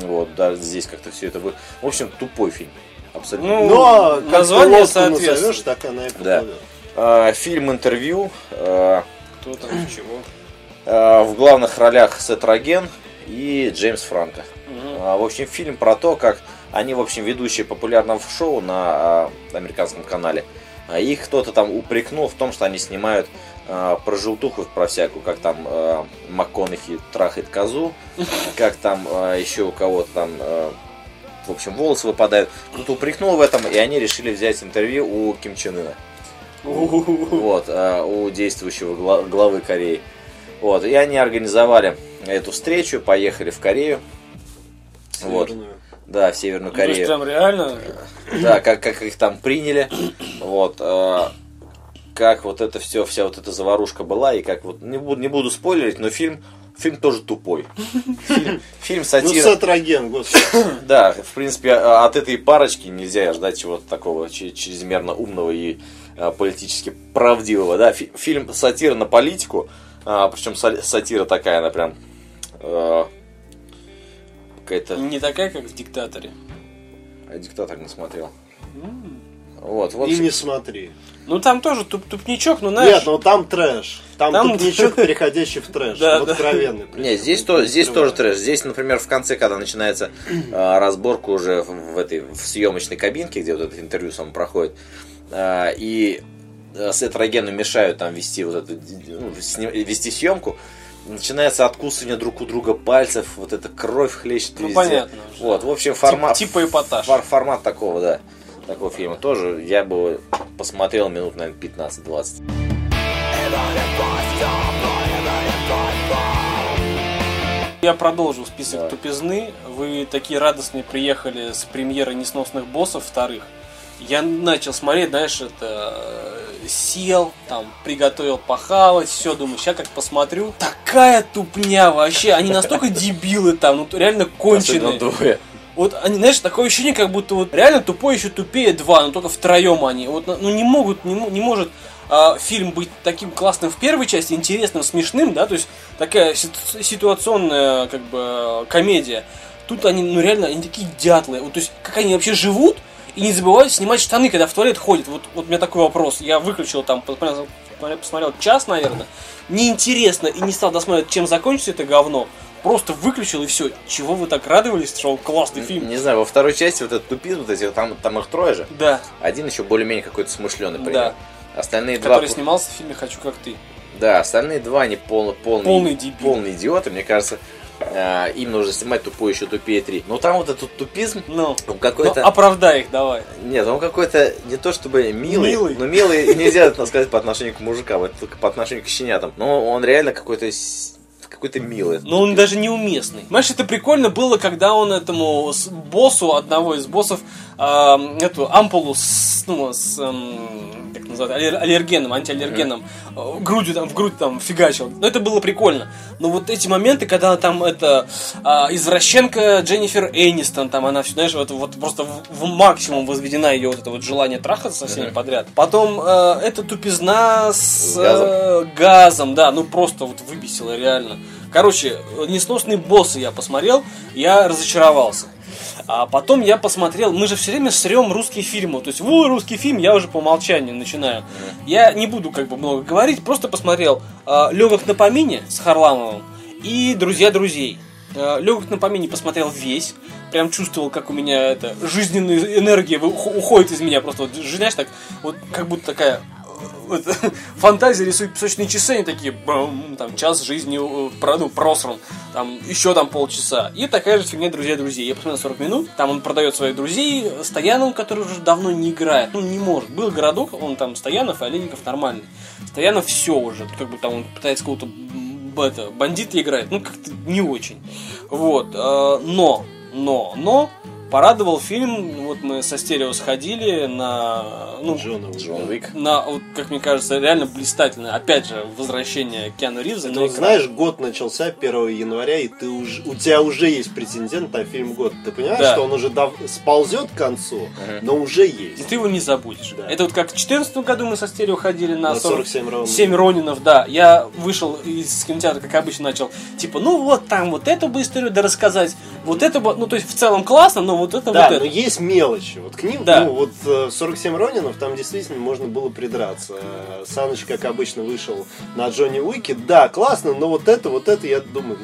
Speaker 3: Вот, да, здесь как-то все это вы. В общем, тупой фильм. Абсолютно.
Speaker 1: Ну,
Speaker 2: Но а как
Speaker 1: название
Speaker 2: ты лодку
Speaker 1: соответствует.
Speaker 2: назовешь, так она и Ну,
Speaker 3: Да.
Speaker 2: попадет.
Speaker 3: А, фильм интервью. а,
Speaker 1: Кто там, чего.
Speaker 3: а, в главных ролях Сет Роген и Джеймс Франко.
Speaker 1: Мгм.
Speaker 3: А, В общем, фильм про то, как они, в общем, ведущие популярного шоу на а, американском канале. А Их кто-то там упрекнул в том, что они снимают а, про желтуху про всякую, как там а, МакКонахи трахает козу, как там а, еще у кого-то там, а, в общем, волосы выпадают. Кто-то упрекнул в этом, и они решили взять интервью у Ким Чен Ына. Вот, а, у действующего гла- главы Кореи. Вот, и они организовали эту встречу, поехали в Корею. Вот.
Speaker 2: Северную.
Speaker 3: Да, в Северную
Speaker 1: Ну, то есть
Speaker 3: Корею.
Speaker 1: прям реально
Speaker 3: Да, как, как их там приняли. Вот. э, как вот это все, вся вот эта заварушка была, и как вот. Не буду, не буду спойлерить, но фильм. Фильм тоже тупой. Фильм, фильм
Speaker 2: Ну,
Speaker 3: сатира.
Speaker 2: Сатраген, господи.
Speaker 3: Да, в принципе, а- от этой парочки нельзя ждать чего-то такого че- чрезмерно умного и а, политически правдивого. Да, Фи- фильм сатира на политику, причем сатира такая, она прям э, какая-то.
Speaker 1: не такая, как в «Диктаторе».
Speaker 3: А Диктатор не смотрел. Вот, вот.
Speaker 2: И не смотри.
Speaker 1: Ну там тоже туп тупничок, но знаешь.
Speaker 2: Нет, ну там трэш. Там,
Speaker 1: Там-
Speaker 2: тупничок, переходящий в трэш.
Speaker 1: Да,
Speaker 2: Вот
Speaker 1: да.
Speaker 2: Откровенный.
Speaker 3: Не, здесь, то, здесь тоже трэш. Здесь, например, в конце, когда начинается э, разборка уже в, в этой в съемочной кабинке, где вот это интервью сам проходит, э, и э, Сет Рогену мешают там вести вот эту ди- ди- ну, сни- вести съемку, начинается откусывание друг у друга пальцев, вот эта кровь хлещет
Speaker 1: Ну,
Speaker 3: везде.
Speaker 1: понятно уже.
Speaker 3: Вот, в общем,
Speaker 1: тип-
Speaker 3: формат
Speaker 1: типа эпатаж.
Speaker 3: фор- формат такого, да, такого фильма тоже я бы посмотрел минут, наверное, 15-20.
Speaker 1: Я продолжу список
Speaker 3: Давай.
Speaker 1: тупизны. Вы такие радостные приехали с премьеры несносных боссов вторых. Я начал смотреть, знаешь, это э, сел, там, приготовил похавать, все, думаю, сейчас как посмотрю. Такая тупня вообще, они настолько дебилы там, ну реально конченые.
Speaker 3: Особенно двое.
Speaker 1: Вот они, знаешь, такое ощущение, как будто вот реально тупой еще тупее два, но только втроем они. Вот, ну не могут, не, мо- не может а, фильм быть таким классным в первой части, интересным, смешным, да, то есть такая сит- ситуационная как бы э, комедия. Тут они, ну реально, они такие дятлы. Вот, то есть как они вообще живут и не забывают снимать штаны, когда в туалет ходят. Вот, вот у меня такой вопрос. Я выключил там, посмотрел, посмотрел час, наверное. Неинтересно и не стал досматривать, чем закончится это говно. Просто выключил и все. Чего вы так радовались, что он классный фильм?
Speaker 3: Не знаю, во второй части вот этот тупиз, вот эти, там, там их трое же.
Speaker 1: Да,
Speaker 3: Один еще более-менее какой-то смышленый
Speaker 1: Да.
Speaker 3: пример. Остальные два...
Speaker 1: который снимался в фильме «Хочу как ты».
Speaker 3: Да, остальные два, они пол, полные,
Speaker 1: Полные дебилы.
Speaker 3: полные идиоты, мне кажется. а, им нужно снимать тупой еще тупее три. Но там вот этот тупизм,
Speaker 1: Ну,
Speaker 3: он
Speaker 1: ну,
Speaker 3: какой-то...
Speaker 1: оправдай их давай.
Speaker 3: Нет, он какой-то не то чтобы милый,
Speaker 1: Милый.
Speaker 3: но милый нельзя так сказать по отношению к мужикам, это только по отношению к щенятам. Но он реально какой-то с- какой-то милый.
Speaker 1: Но Ну, он даже неуместный. Знаешь, это прикольно было, когда он этому с- боссу, одного из боссов, эм, эту ампулу с, ну, с эм, как называют, аллер- аллергеном, антиаллергеном, э, грудью там, в грудь там фигачил. Но это было прикольно. Но вот эти моменты, когда она там это а, извращенка Дженнифер Энистон, там она все, знаешь, вот, вот просто в, в максимум возведена ее вот это вот желание трахаться со всеми подряд. Потом э, эта тупизна с
Speaker 3: С газом.
Speaker 1: э, газом, да, ну просто вот выбесила реально. Короче, несносные боссы я посмотрел, я разочаровался. А потом я посмотрел, мы же все время срем русские фильмы, то есть, во, русский фильм, я уже по умолчанию начинаю. Я не буду как бы много говорить, просто посмотрел Легок на помине с Харламовым и Друзья друзей. Э, Легок на помине посмотрел весь, прям чувствовал, как у меня это жизненная энергия вы- ух- уходит из меня, просто вот, ж- знаешь, так, вот как будто такая вот, фантазия рисует песочные часы, они такие, бам, там, час жизни э, про- ну, просран, там, еще там полчаса. И такая же фигня «Друзья друзей». Я посмотрел 40 минут, там он продает своих друзей Стоянову, который уже давно не играет, ну, не может. Был городок, он там Стоянов и Олейников нормальный. Стоянов все уже, как бы там он пытается кого-то м, это, бандита играет, ну, как-то не очень. Вот, э, но, но, но, Порадовал фильм, вот мы со стерео сходили на... Ну,
Speaker 2: Джона Уика.
Speaker 3: Джон Уик.
Speaker 1: на, вот, как мне кажется, реально блистательно. Опять же, возвращение Киану Ривза.
Speaker 2: Ну,
Speaker 1: на экран.
Speaker 2: знаешь, год начался 1 января, и ты уж, у тебя уже есть претендент на фильм год. Ты понимаешь,
Speaker 1: Да.
Speaker 2: что он уже дав- сползет к концу, но уже
Speaker 1: И
Speaker 2: есть.
Speaker 1: ты его не забудешь.
Speaker 2: Да.
Speaker 1: Это вот как в 2014 году мы со стерео ходили на,
Speaker 2: На 47 Ронинов.
Speaker 1: 7 Ронинов, да. Я вышел из кинотеатра, как обычно, начал, типа, ну вот там вот эту бы историю да рассказать, вот это бы, ну то есть в целом классно, но вот это
Speaker 2: Да,
Speaker 1: вот
Speaker 2: но
Speaker 1: это.
Speaker 2: есть мелочи. Вот к ним,
Speaker 1: Да.
Speaker 2: ну, вот э, 47 Ронинов, там действительно можно было придраться. Э, Саныч, как обычно, вышел на Джонни Уике. Да, классно, но вот это, вот это, я думаю,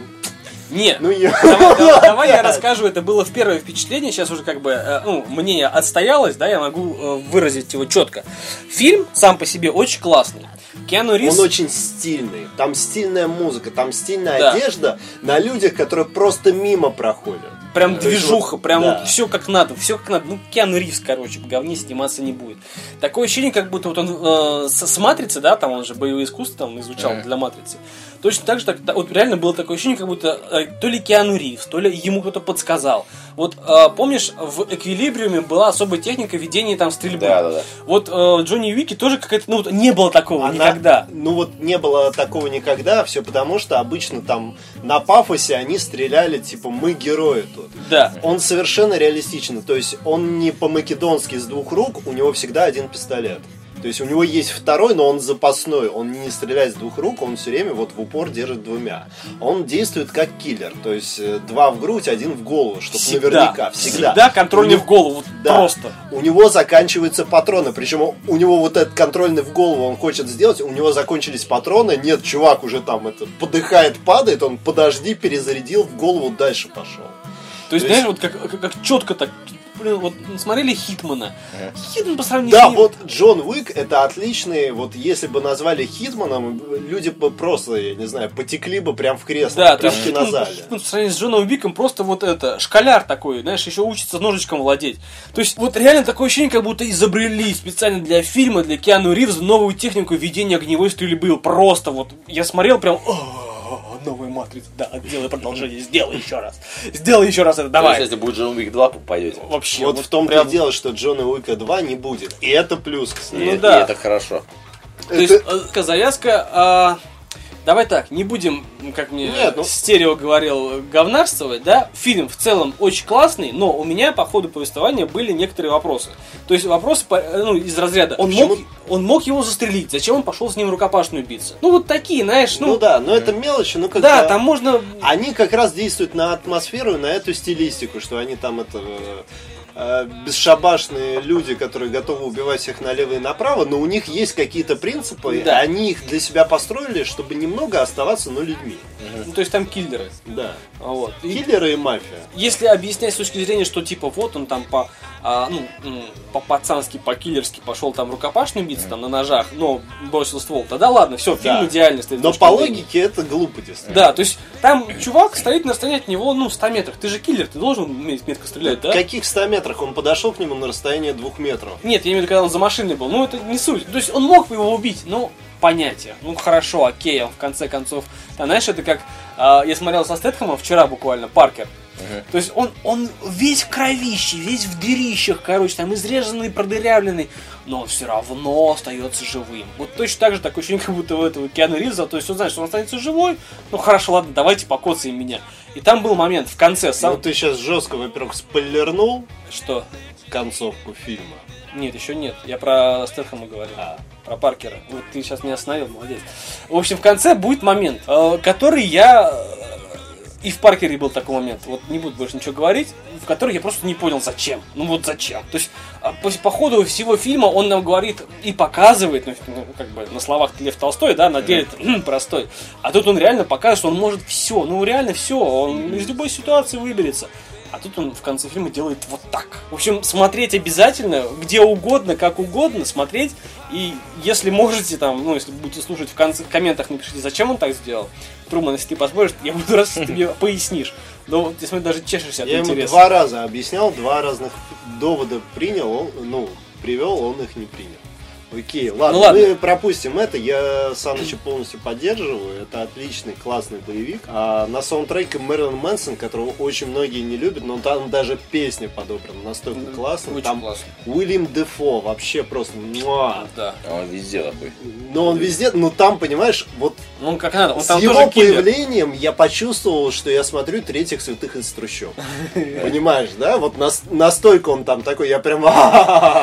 Speaker 2: ну,
Speaker 1: Не,
Speaker 2: ну я...
Speaker 1: Давай, давай- давай я расскажу, это было в первое впечатление, сейчас уже как бы, э, ну, мнение отстоялось, да, я могу э, выразить его четко. Фильм сам по себе очень классный. Киану Ривз...
Speaker 2: Он очень стильный. Там стильная музыка, там стильная
Speaker 1: Да.
Speaker 2: одежда на людях, которые просто мимо проходят.
Speaker 1: Прям
Speaker 2: То есть
Speaker 1: движуха,
Speaker 2: вот,
Speaker 1: прям
Speaker 2: да.
Speaker 1: все как надо, все как надо. Ну, Киану Ривз, короче, в говне сниматься не будет. Такое ощущение, как будто вот он э, с, с матрицы, да, там он же боевые искусства там изучал для матрицы. Точно так же, так, та- вот реально было такое ощущение, как будто э, то ли Киану Ривз, то ли ему кто-то подсказал. Вот э, помнишь, в Эквилибриуме была особая техника ведения там стрельбы.
Speaker 3: Да, да, да.
Speaker 1: Вот э, Джонни Уики тоже какая-то, ну вот не было такого
Speaker 2: Она-
Speaker 1: никогда.
Speaker 2: Ну вот не было такого никогда, все потому что обычно там на пафосе они стреляли, типа мы герои тут.
Speaker 1: Да.
Speaker 2: Он совершенно реалистичен, то есть он не по-македонски с двух рук, у него всегда один пистолет. То есть у него есть второй, но он запасной. Он не стреляет с двух рук, он все время вот в упор держит двумя. Он действует как киллер. То есть э, два в грудь, один в голову, чтобы наверняка. Всегда.
Speaker 1: Всегда контроль
Speaker 2: У
Speaker 1: не
Speaker 2: него-
Speaker 1: в голову. вот
Speaker 2: да.
Speaker 1: Просто.
Speaker 2: У него заканчиваются патроны. Причем у него вот этот контрольный в голову он хочет сделать, у него закончились патроны. Нет, чувак уже там это подыхает, падает, он подожди, перезарядил, в голову дальше
Speaker 1: То
Speaker 2: пошел.
Speaker 1: есть,
Speaker 2: То есть-
Speaker 1: знаешь, вот как, как, как четко так. Блин, вот смотрели Хитмана. Хитман по сравнению
Speaker 2: Да,
Speaker 1: с ним-
Speaker 2: вот Джон Уик это отличный, вот если бы назвали Хитманом, люди бы просто, я не знаю, потекли бы прям в кресло,
Speaker 1: Да, ну, то
Speaker 2: прям
Speaker 1: есть
Speaker 2: в
Speaker 1: Хитман,
Speaker 2: кинозале.
Speaker 1: Хитман по сравнению с Джоном Уиком просто вот это, школяр такой, знаешь, еще учится ножичком владеть. То есть вот реально такое ощущение, как будто изобрели специально для фильма, для Киану Ривза новую технику ведения огневой стрельбы. Просто вот, я смотрел прям, «О, новая матрица, да, делай продолжение, сделай еще раз, сделай еще раз это,
Speaker 3: То есть,
Speaker 1: давай.
Speaker 3: если будет Джон Уик 2, пойдете.
Speaker 1: Вообще,
Speaker 2: Вот
Speaker 1: вот
Speaker 2: в том-то
Speaker 1: прям-
Speaker 2: и дело, что Джона Уика 2 не будет. И это плюс, кстати.
Speaker 1: Ну
Speaker 3: и,
Speaker 1: да.
Speaker 3: и это хорошо.
Speaker 1: То есть, э, такая завязка, а, давай так, не будем, м, как мне
Speaker 2: Нет, ну-
Speaker 1: стерео говорил, э, говнарствовать, да? Фильм в целом очень классный, но у меня по ходу повествования были некоторые вопросы. То есть вопросы по- э, ну, из разряда, он
Speaker 2: А Почему?
Speaker 1: мог, он мог его застрелить, зачем он пошел с ним рукопашную биться? Ну вот такие, знаешь,
Speaker 2: ну,
Speaker 1: ну,
Speaker 2: да, но это мелочи, ну как
Speaker 1: да, там можно...
Speaker 2: Они как раз действуют на атмосферу и на эту стилистику, что они там это э, э, бесшабашные люди, которые готовы убивать всех налево и направо, но у них есть какие-то принципы,
Speaker 1: Да.
Speaker 2: и они их для себя построили, чтобы немного оставаться, но людьми.
Speaker 1: Ну, то есть там киллеры.
Speaker 2: Да.
Speaker 1: Вот. И-
Speaker 2: Э. Киллеры и мафия.
Speaker 1: если объяснять с точки зрения, что типа вот он там по, а, ну, м, по-пацански, по-киллерски пошел там рукопашным биться там на ножах, но бросил ствол, тогда ладно, все, фильм
Speaker 2: Да.
Speaker 1: идеальный стоит. с
Speaker 2: Но
Speaker 1: точки
Speaker 2: по
Speaker 1: зрения.
Speaker 2: логике это глупо действительно.
Speaker 1: Да, то есть там чувак стоит на расстоянии от него, ну, 100 метров. Ты же киллер, ты должен уметь метко стрелять, да?
Speaker 2: В каких 100 метрах он подошел к нему на расстояние двух метров?
Speaker 1: Нет, я имею в виду, когда он за машиной был. Ну, это не суть. То есть он мог бы его убить, но понятие. Ну, хорошо, окей, он в конце концов... А знаешь, это как... а, я смотрел со Стэтхэмом вчера буквально, Паркер. То есть он, он весь в кровище, весь в дырищах, короче, там изрезанный, продырявленный, но он все равно остается живым. Вот точно так же такое ощущение, как будто у этого Киану Ривза, то есть он знает, что он останется живой, ну хорошо, ладно, давайте покоцаем меня. И там был момент в конце, сам...
Speaker 2: Ну ты сейчас жестко, во-первых, спойлернул
Speaker 1: Что?
Speaker 2: концовку фильма.
Speaker 1: Нет, еще нет. Я про Стэтхэма говорю. Про Паркера. Вот ты сейчас меня остановил, молодец. В общем, в конце будет момент, э, который я... э, И в Паркере был такой момент, вот не буду больше ничего говорить, в который я просто не понял, зачем. Ну вот зачем. То есть, а, по, по ходу всего фильма он нам говорит и показывает, ну, ну, как бы на словах Лев Толстой, да, на деле это, простой. А тут он реально показывает, что он может все, ну реально все, он из любой ситуации выберется. А тут он в конце фильма делает вот так. В общем, смотреть обязательно, где угодно, как угодно, смотреть. И если можете, там, ну, если будете слушать в конце, в комментах, напишите, зачем он так сделал. Труман, если ты посмотришь, я буду раз, если ты мне пояснишь. Но вот, если даже чешешься от
Speaker 2: Я ему
Speaker 1: интереса.
Speaker 2: два раза объяснял, два разных довода принял, он, ну, привел, он их не принял. Окей, ладно,
Speaker 1: Ну ладно.
Speaker 2: мы пропустим это. Я Саныча полностью поддерживаю. Это отличный, классный боевик. А на саундтреке Мэрилин Мэнсон, которого очень многие не любят, но там даже песня подобрана настолько классно.
Speaker 1: Очень
Speaker 2: там
Speaker 1: классно.
Speaker 2: Уильям Дефо вообще просто... муа.
Speaker 1: Да.
Speaker 3: Он везде такой.
Speaker 2: Но он везде, но там, понимаешь, вот
Speaker 1: Ну, как надо. Он
Speaker 2: с
Speaker 1: там
Speaker 2: его
Speaker 1: тоже киллер.
Speaker 2: появлением я почувствовал, что я смотрю третьих святых из трущоб. Понимаешь, да? Вот нас- настолько он там такой, я прям...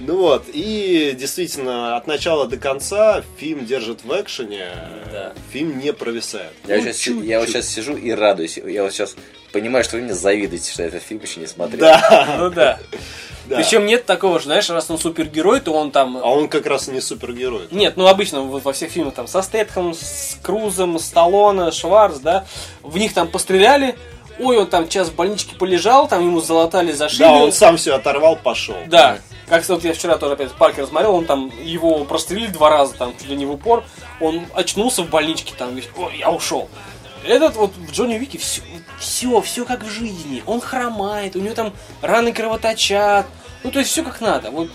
Speaker 2: Ну вот, и действительно, от начала до конца фильм держит в экшене,
Speaker 1: Да.
Speaker 2: фильм не провисает.
Speaker 3: Я,
Speaker 2: Ну,
Speaker 3: вот сейчас,
Speaker 2: чуть-чуть.
Speaker 3: я вот сейчас сижу и радуюсь. Я вот сейчас понимаю, что вы мне завидуете, что я этот фильм еще не смотрел.
Speaker 2: Да,
Speaker 1: Ну да.
Speaker 2: да.
Speaker 1: Причем нет такого, что, знаешь, раз он супергерой, то он там...
Speaker 2: А он как раз и не супергерой.
Speaker 1: Нет, ну обычно вот во всех фильмах там со Стэтхэмом, с Крузом, Сталлоне, Шварц, да, в них там постреляли, ой, он там час в больничке полежал, там ему залатали, зашили.
Speaker 2: Да, он сам все оторвал, пошел.
Speaker 1: Да. Как вот я вчера тоже опять Паркер смотрел, он там его прострелили два раза, там чуть ли не в упор, он очнулся в больничке, там весь, ой, я ушел. Этот вот в Джонни Уике все, все, все как в жизни. Он хромает, у него там раны кровоточат. Ну, то есть все как надо. Вот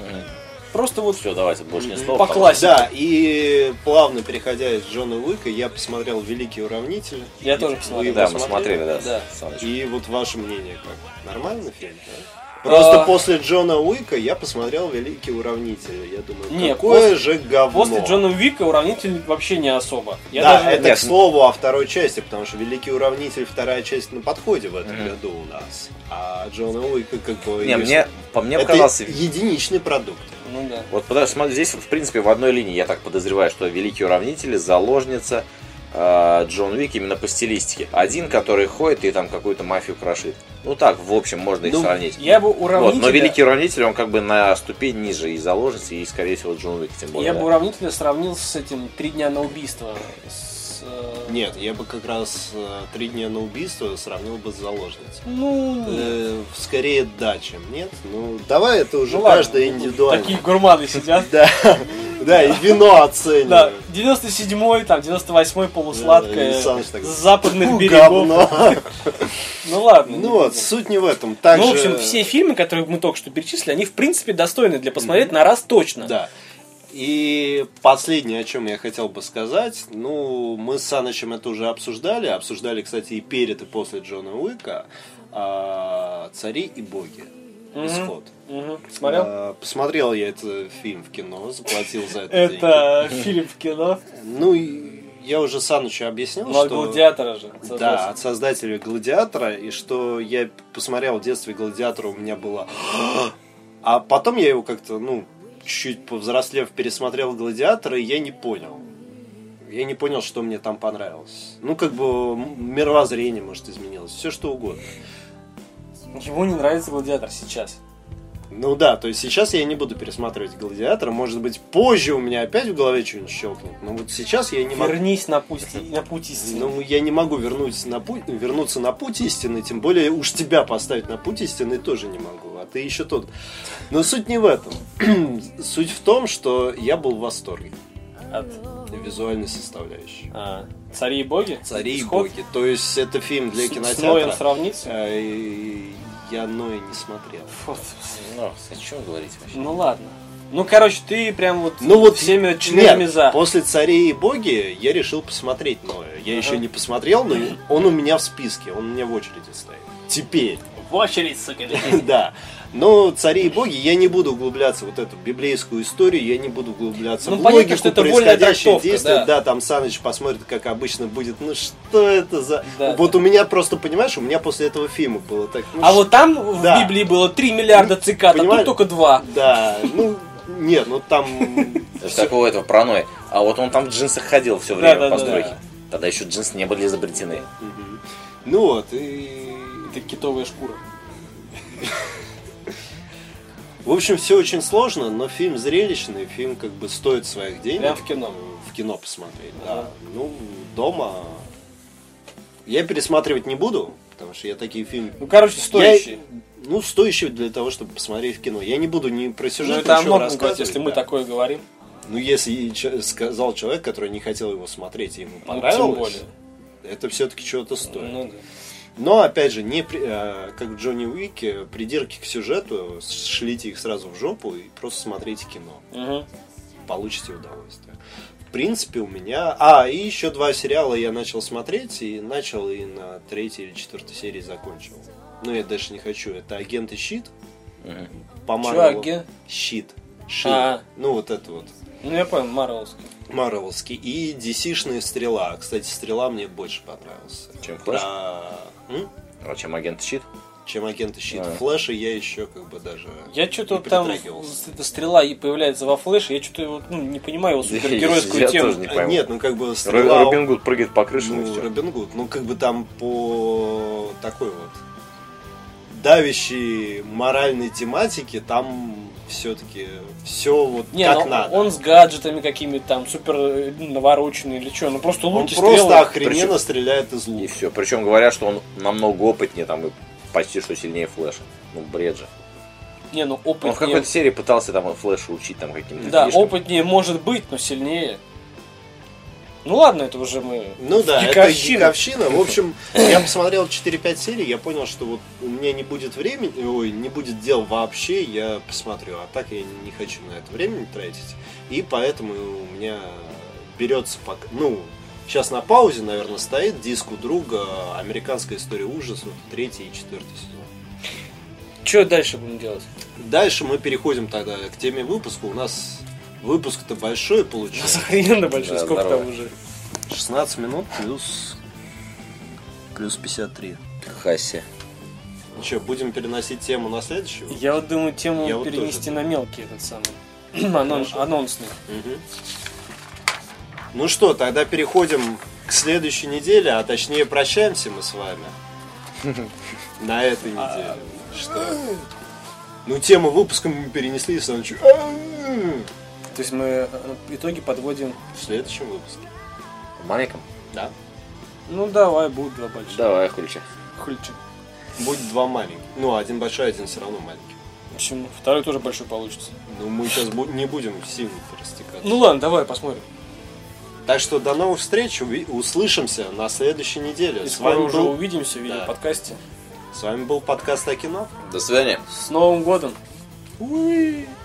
Speaker 1: просто вот
Speaker 3: Все, давайте, больше не слов.
Speaker 1: по классике.
Speaker 2: Да, и плавно переходя из Джона Уика, я посмотрел «Великий уравнитель».
Speaker 1: Я
Speaker 2: И
Speaker 1: тоже
Speaker 2: вы
Speaker 1: посмотрел.
Speaker 2: его
Speaker 3: Да, мы смотрели, да.
Speaker 1: Да.
Speaker 3: Саныч.
Speaker 2: И вот ваше мнение как? Нормальный фильм, да? Просто
Speaker 1: А.
Speaker 2: после Джона Уика я посмотрел «Великий уравнитель». Я думаю,
Speaker 1: Не,
Speaker 2: какое
Speaker 1: после-
Speaker 2: же говно.
Speaker 1: После Джона Уика уравнитель вообще не особо. Я
Speaker 2: да,
Speaker 1: даже-
Speaker 2: это
Speaker 3: Нет,
Speaker 2: к
Speaker 3: ну-
Speaker 2: слову о второй части, потому что «Великий уравнитель» вторая часть на подходе в этом году у нас. А Джона Уика как бы...
Speaker 3: Не,
Speaker 2: её-
Speaker 3: мне, по мне
Speaker 2: это
Speaker 3: показался...
Speaker 2: единичный продукт.
Speaker 1: Ну да.
Speaker 3: Вот потому что смотри, здесь, в принципе, в одной линии, я так подозреваю, что Великие Уравнители, Заложница, э, Джон Уик именно по стилистике. Один, который ходит и там какую-то мафию крошит. Ну так, в общем, можно их
Speaker 1: Ну,
Speaker 3: сравнить.
Speaker 1: Я бы
Speaker 3: Вот,
Speaker 1: уравнителя,
Speaker 3: но Великий Уравнитель, он как бы на ступень ниже и Заложницы, и, скорее всего, Джон Уик, тем более.
Speaker 1: я
Speaker 3: да.
Speaker 1: бы уравнителя сравнил с этим «Три дня на убийство». С, э,
Speaker 2: Нет, я бы как раз э, три дня на убийство сравнил бы с заложницей.
Speaker 1: Ну,
Speaker 2: Э, Скорее да, чем нет. Ну, давай это уже
Speaker 1: ну ладно.
Speaker 2: каждый индивидуально.
Speaker 1: Такие гурманы сидят.
Speaker 2: Да, да, и вино
Speaker 1: Да,
Speaker 2: оценивают.
Speaker 1: 97-й, там, 98-й полусладкое,
Speaker 2: Да, и Саныч
Speaker 1: с
Speaker 2: такой,
Speaker 1: западных
Speaker 2: Ну,
Speaker 1: берегов.
Speaker 2: говно.
Speaker 1: Ну ладно.
Speaker 2: Ну
Speaker 1: не
Speaker 2: вот,
Speaker 1: будем.
Speaker 2: суть не в этом. Также...
Speaker 1: Ну, в общем, все фильмы, которые мы только что перечислили, они, в принципе, достойны для посмотреть на раз точно.
Speaker 2: Да. И последнее, о чем я хотел бы сказать, ну, мы с Санычем это уже обсуждали, обсуждали, кстати, и перед, и после Джона Уика, а, «Цари и боги», исход.
Speaker 1: Мгм. Смотрел?
Speaker 2: А, Посмотрел я этот фильм в кино, заплатил за это деньги.
Speaker 1: Это фильм в кино.
Speaker 2: Ну, и я уже Санычу объяснил,
Speaker 1: Ну, от
Speaker 2: что...
Speaker 1: гладиатора же.
Speaker 2: Да, от создателя «Гладиатора», и что я посмотрел в детстве «Гладиатора», у меня было... А потом я его как-то, ну, чуть повзрослев, пересмотрел «Гладиатора», и я не понял. Я не понял, что мне там понравилось. Ну, как бы м- мировоззрение, может, изменилось. Все что угодно.
Speaker 1: Ему не нравится гладиатор сейчас.
Speaker 2: Ну да, то есть сейчас я не буду пересматривать «Гладиатора». Может быть, позже у меня опять в голове что-нибудь щелкнет. Но вот сейчас я не могу...
Speaker 1: Вернись на путь, на путь истины.
Speaker 2: Ну, я не могу вернуть на путь, вернуться на путь истины, тем более уж тебя поставить на путь истины тоже не могу, а ты еще тот. Но суть не в этом. суть в том, что я был в восторге
Speaker 1: От-
Speaker 2: визуальной составляющей.
Speaker 1: а, Цари и боги?
Speaker 2: Цари
Speaker 1: Исход?
Speaker 2: и боги. То есть это фильм для
Speaker 1: С- С Ноем
Speaker 2: кинотеатра.
Speaker 1: сравнится?
Speaker 2: А, и- и Я Ноя не смотрел.
Speaker 1: Вот.
Speaker 3: Ну, о чем говорить вообще?
Speaker 1: Ну ладно. Ну, короче, ты прям вот,
Speaker 2: Ну вот
Speaker 1: всеми членами
Speaker 2: нет,
Speaker 1: за.
Speaker 2: После царей и боги я решил посмотреть Ноя. Я еще не посмотрел, но он у меня в списке, он у меня в очереди стоит. Теперь.
Speaker 1: В очередь, сука.
Speaker 2: Да. Но цари и боги, я не буду углубляться в вот эту библейскую историю, я не буду углубляться
Speaker 1: Ну,
Speaker 2: в
Speaker 1: понятно,
Speaker 2: логику
Speaker 1: что это вольная
Speaker 2: происходящих
Speaker 1: трактовка,
Speaker 2: действий.
Speaker 1: да.
Speaker 2: Да. там Саныч посмотрит, как обычно будет. Ну что это за...
Speaker 1: Да,
Speaker 2: вот у меня просто, понимаешь, у меня после этого фильма было так... ну,
Speaker 1: А вот там
Speaker 2: Да.
Speaker 1: в Библии было 3 миллиарда цикад, а
Speaker 2: Понимаешь?
Speaker 1: тут только 2.
Speaker 2: Да, ну... Нет, ну там...
Speaker 3: Это какого этого паранойи? А вот он там в джинсах ходил все время
Speaker 1: да, да,
Speaker 3: по стройке. Тогда еще джинсы не были изобретены.
Speaker 2: Мгм. Ну вот, и...
Speaker 1: Это китовая шкура.
Speaker 2: В общем, все очень сложно, но фильм зрелищный, фильм как бы стоит своих денег.
Speaker 1: Прям в кино.
Speaker 2: в кино посмотреть, да. Ну, дома я пересматривать не буду, потому что я такие фильмы...
Speaker 1: Ну, короче, стоящий.
Speaker 2: Я- Ну, стоящие для того, чтобы посмотреть в кино. Я не буду ни про
Speaker 1: Ну,
Speaker 2: сюжет
Speaker 1: это о
Speaker 2: ничего
Speaker 1: многом говорит,
Speaker 2: рассказывать.
Speaker 1: если мы
Speaker 2: да.
Speaker 1: такое говорим.
Speaker 2: Ну, если и че- сказал человек, который не хотел его смотреть, и ему
Speaker 1: Ну,
Speaker 2: понравилось,
Speaker 1: тем более.
Speaker 2: это все-таки чего-то стоит.
Speaker 1: Ну, да.
Speaker 2: Но, опять же, не при- э, как в Джонни Уике, придирки к сюжету, шлите их сразу в жопу и просто смотрите кино.
Speaker 1: Мгм.
Speaker 2: получите удовольствие. В принципе, у меня... А, и еще два сериала я начал смотреть, и начал и на третьей или четвертой серии закончил. Но я дальше не хочу. Это «Агент и щит»
Speaker 3: Мгм.
Speaker 2: по
Speaker 1: Чё,
Speaker 2: Марвелу.
Speaker 1: аген-
Speaker 2: Щит. Щит.
Speaker 1: А.
Speaker 2: Ну, вот это вот.
Speaker 1: Ну, я понял, марвеловский.
Speaker 2: Марвелский. И DC-шная «Стрела». Кстати, «Стрела» мне больше понравился.
Speaker 3: Чем «Флэш»?
Speaker 2: А, м?
Speaker 3: А чем агент щит?
Speaker 2: Чем «Агент и щит».
Speaker 3: А.
Speaker 2: «Флэша» я еще как бы даже...
Speaker 1: Я что-то
Speaker 2: не
Speaker 1: там,
Speaker 2: притрагивался.
Speaker 1: с- эта стрела и появляется во флеше, я что-то ну, не понимаю его супергеройскую
Speaker 3: Я
Speaker 1: тему.
Speaker 3: тоже не
Speaker 2: А,
Speaker 3: пойму.
Speaker 2: Нет, ну как бы
Speaker 3: Ро-
Speaker 2: «Стрела»
Speaker 3: Робин Гуд прыгает по крышам и
Speaker 2: Ну,
Speaker 3: все.
Speaker 2: Робин Гуд, ну как бы там по такой вот давящей моральной тематике там все-таки все вот
Speaker 1: Не,
Speaker 2: как
Speaker 1: ну,
Speaker 2: надо.
Speaker 1: он с гаджетами какими-то там супер э, навороченный или что, ну просто
Speaker 2: Он
Speaker 1: луки
Speaker 2: просто
Speaker 1: стрелы.
Speaker 2: охрененно
Speaker 3: Причем-
Speaker 2: стреляет из лука.
Speaker 3: И все. Причем говорят, что он намного опытнее там и почти что сильнее Флэша. Ну, бред же.
Speaker 1: Не, ну
Speaker 3: Он в какой-то
Speaker 1: опытнее.
Speaker 3: серии пытался там Флэша учить там каким-то
Speaker 1: Да,
Speaker 3: фишкам.
Speaker 1: опытнее может быть, но сильнее. Ну ладно, это уже мы.
Speaker 2: Ну да,
Speaker 1: Гиковщина.
Speaker 2: это гиковщина. В общем, я посмотрел 4-5 серий, я понял, что вот у меня не будет времени, ой, не будет дел вообще, я посмотрю. А так я не хочу на это времени тратить. И поэтому у меня берется пока, ну, сейчас на паузе, наверное, стоит диск у друга «Американская история ужасов», третий и четвертый сезон.
Speaker 1: Что дальше будем делать?
Speaker 2: Дальше мы переходим тогда к теме выпуска. У нас выпуск-то большой получился.
Speaker 1: Охрененно большой,
Speaker 3: Да,
Speaker 1: сколько там
Speaker 3: здорово.
Speaker 1: уже.
Speaker 2: 16 минут плюс... Плюс 53.
Speaker 3: Хасси.
Speaker 2: Ну что, будем переносить тему на следующую?
Speaker 1: Я вот думаю, тему
Speaker 2: Я вот
Speaker 1: перенести
Speaker 2: тоже
Speaker 1: на мелкие этот самый. анон- анонсный.
Speaker 2: Ну что, тогда переходим к следующей неделе, а точнее прощаемся мы с вами. На этой неделе. Что? Ну, тему выпуска мы перенесли, Александр Ильич.
Speaker 1: То есть мы э, итоги подводим.
Speaker 2: В следующем выпуске.
Speaker 3: В маленьком?
Speaker 2: Да.
Speaker 1: Ну давай, будут два больших.
Speaker 3: Давай, хульча.
Speaker 1: Хульчик.
Speaker 2: Будет два маленьких. Ну, один большой, один все равно маленький.
Speaker 1: Почему? Второй тоже большой получится.
Speaker 2: Ну, мы сейчас не будем сильно растекаться.
Speaker 1: Ну ладно, давай посмотрим.
Speaker 2: Так что до новых встреч. уви- Услышимся на следующей неделе.
Speaker 1: И
Speaker 2: С
Speaker 1: скоро
Speaker 2: вами,
Speaker 1: уже
Speaker 2: был,
Speaker 1: увидимся в
Speaker 2: Да.
Speaker 1: видеоподкасте.
Speaker 2: с вами был подкаст о кино.
Speaker 3: До свидания.
Speaker 1: С Новым годом!
Speaker 2: Уи.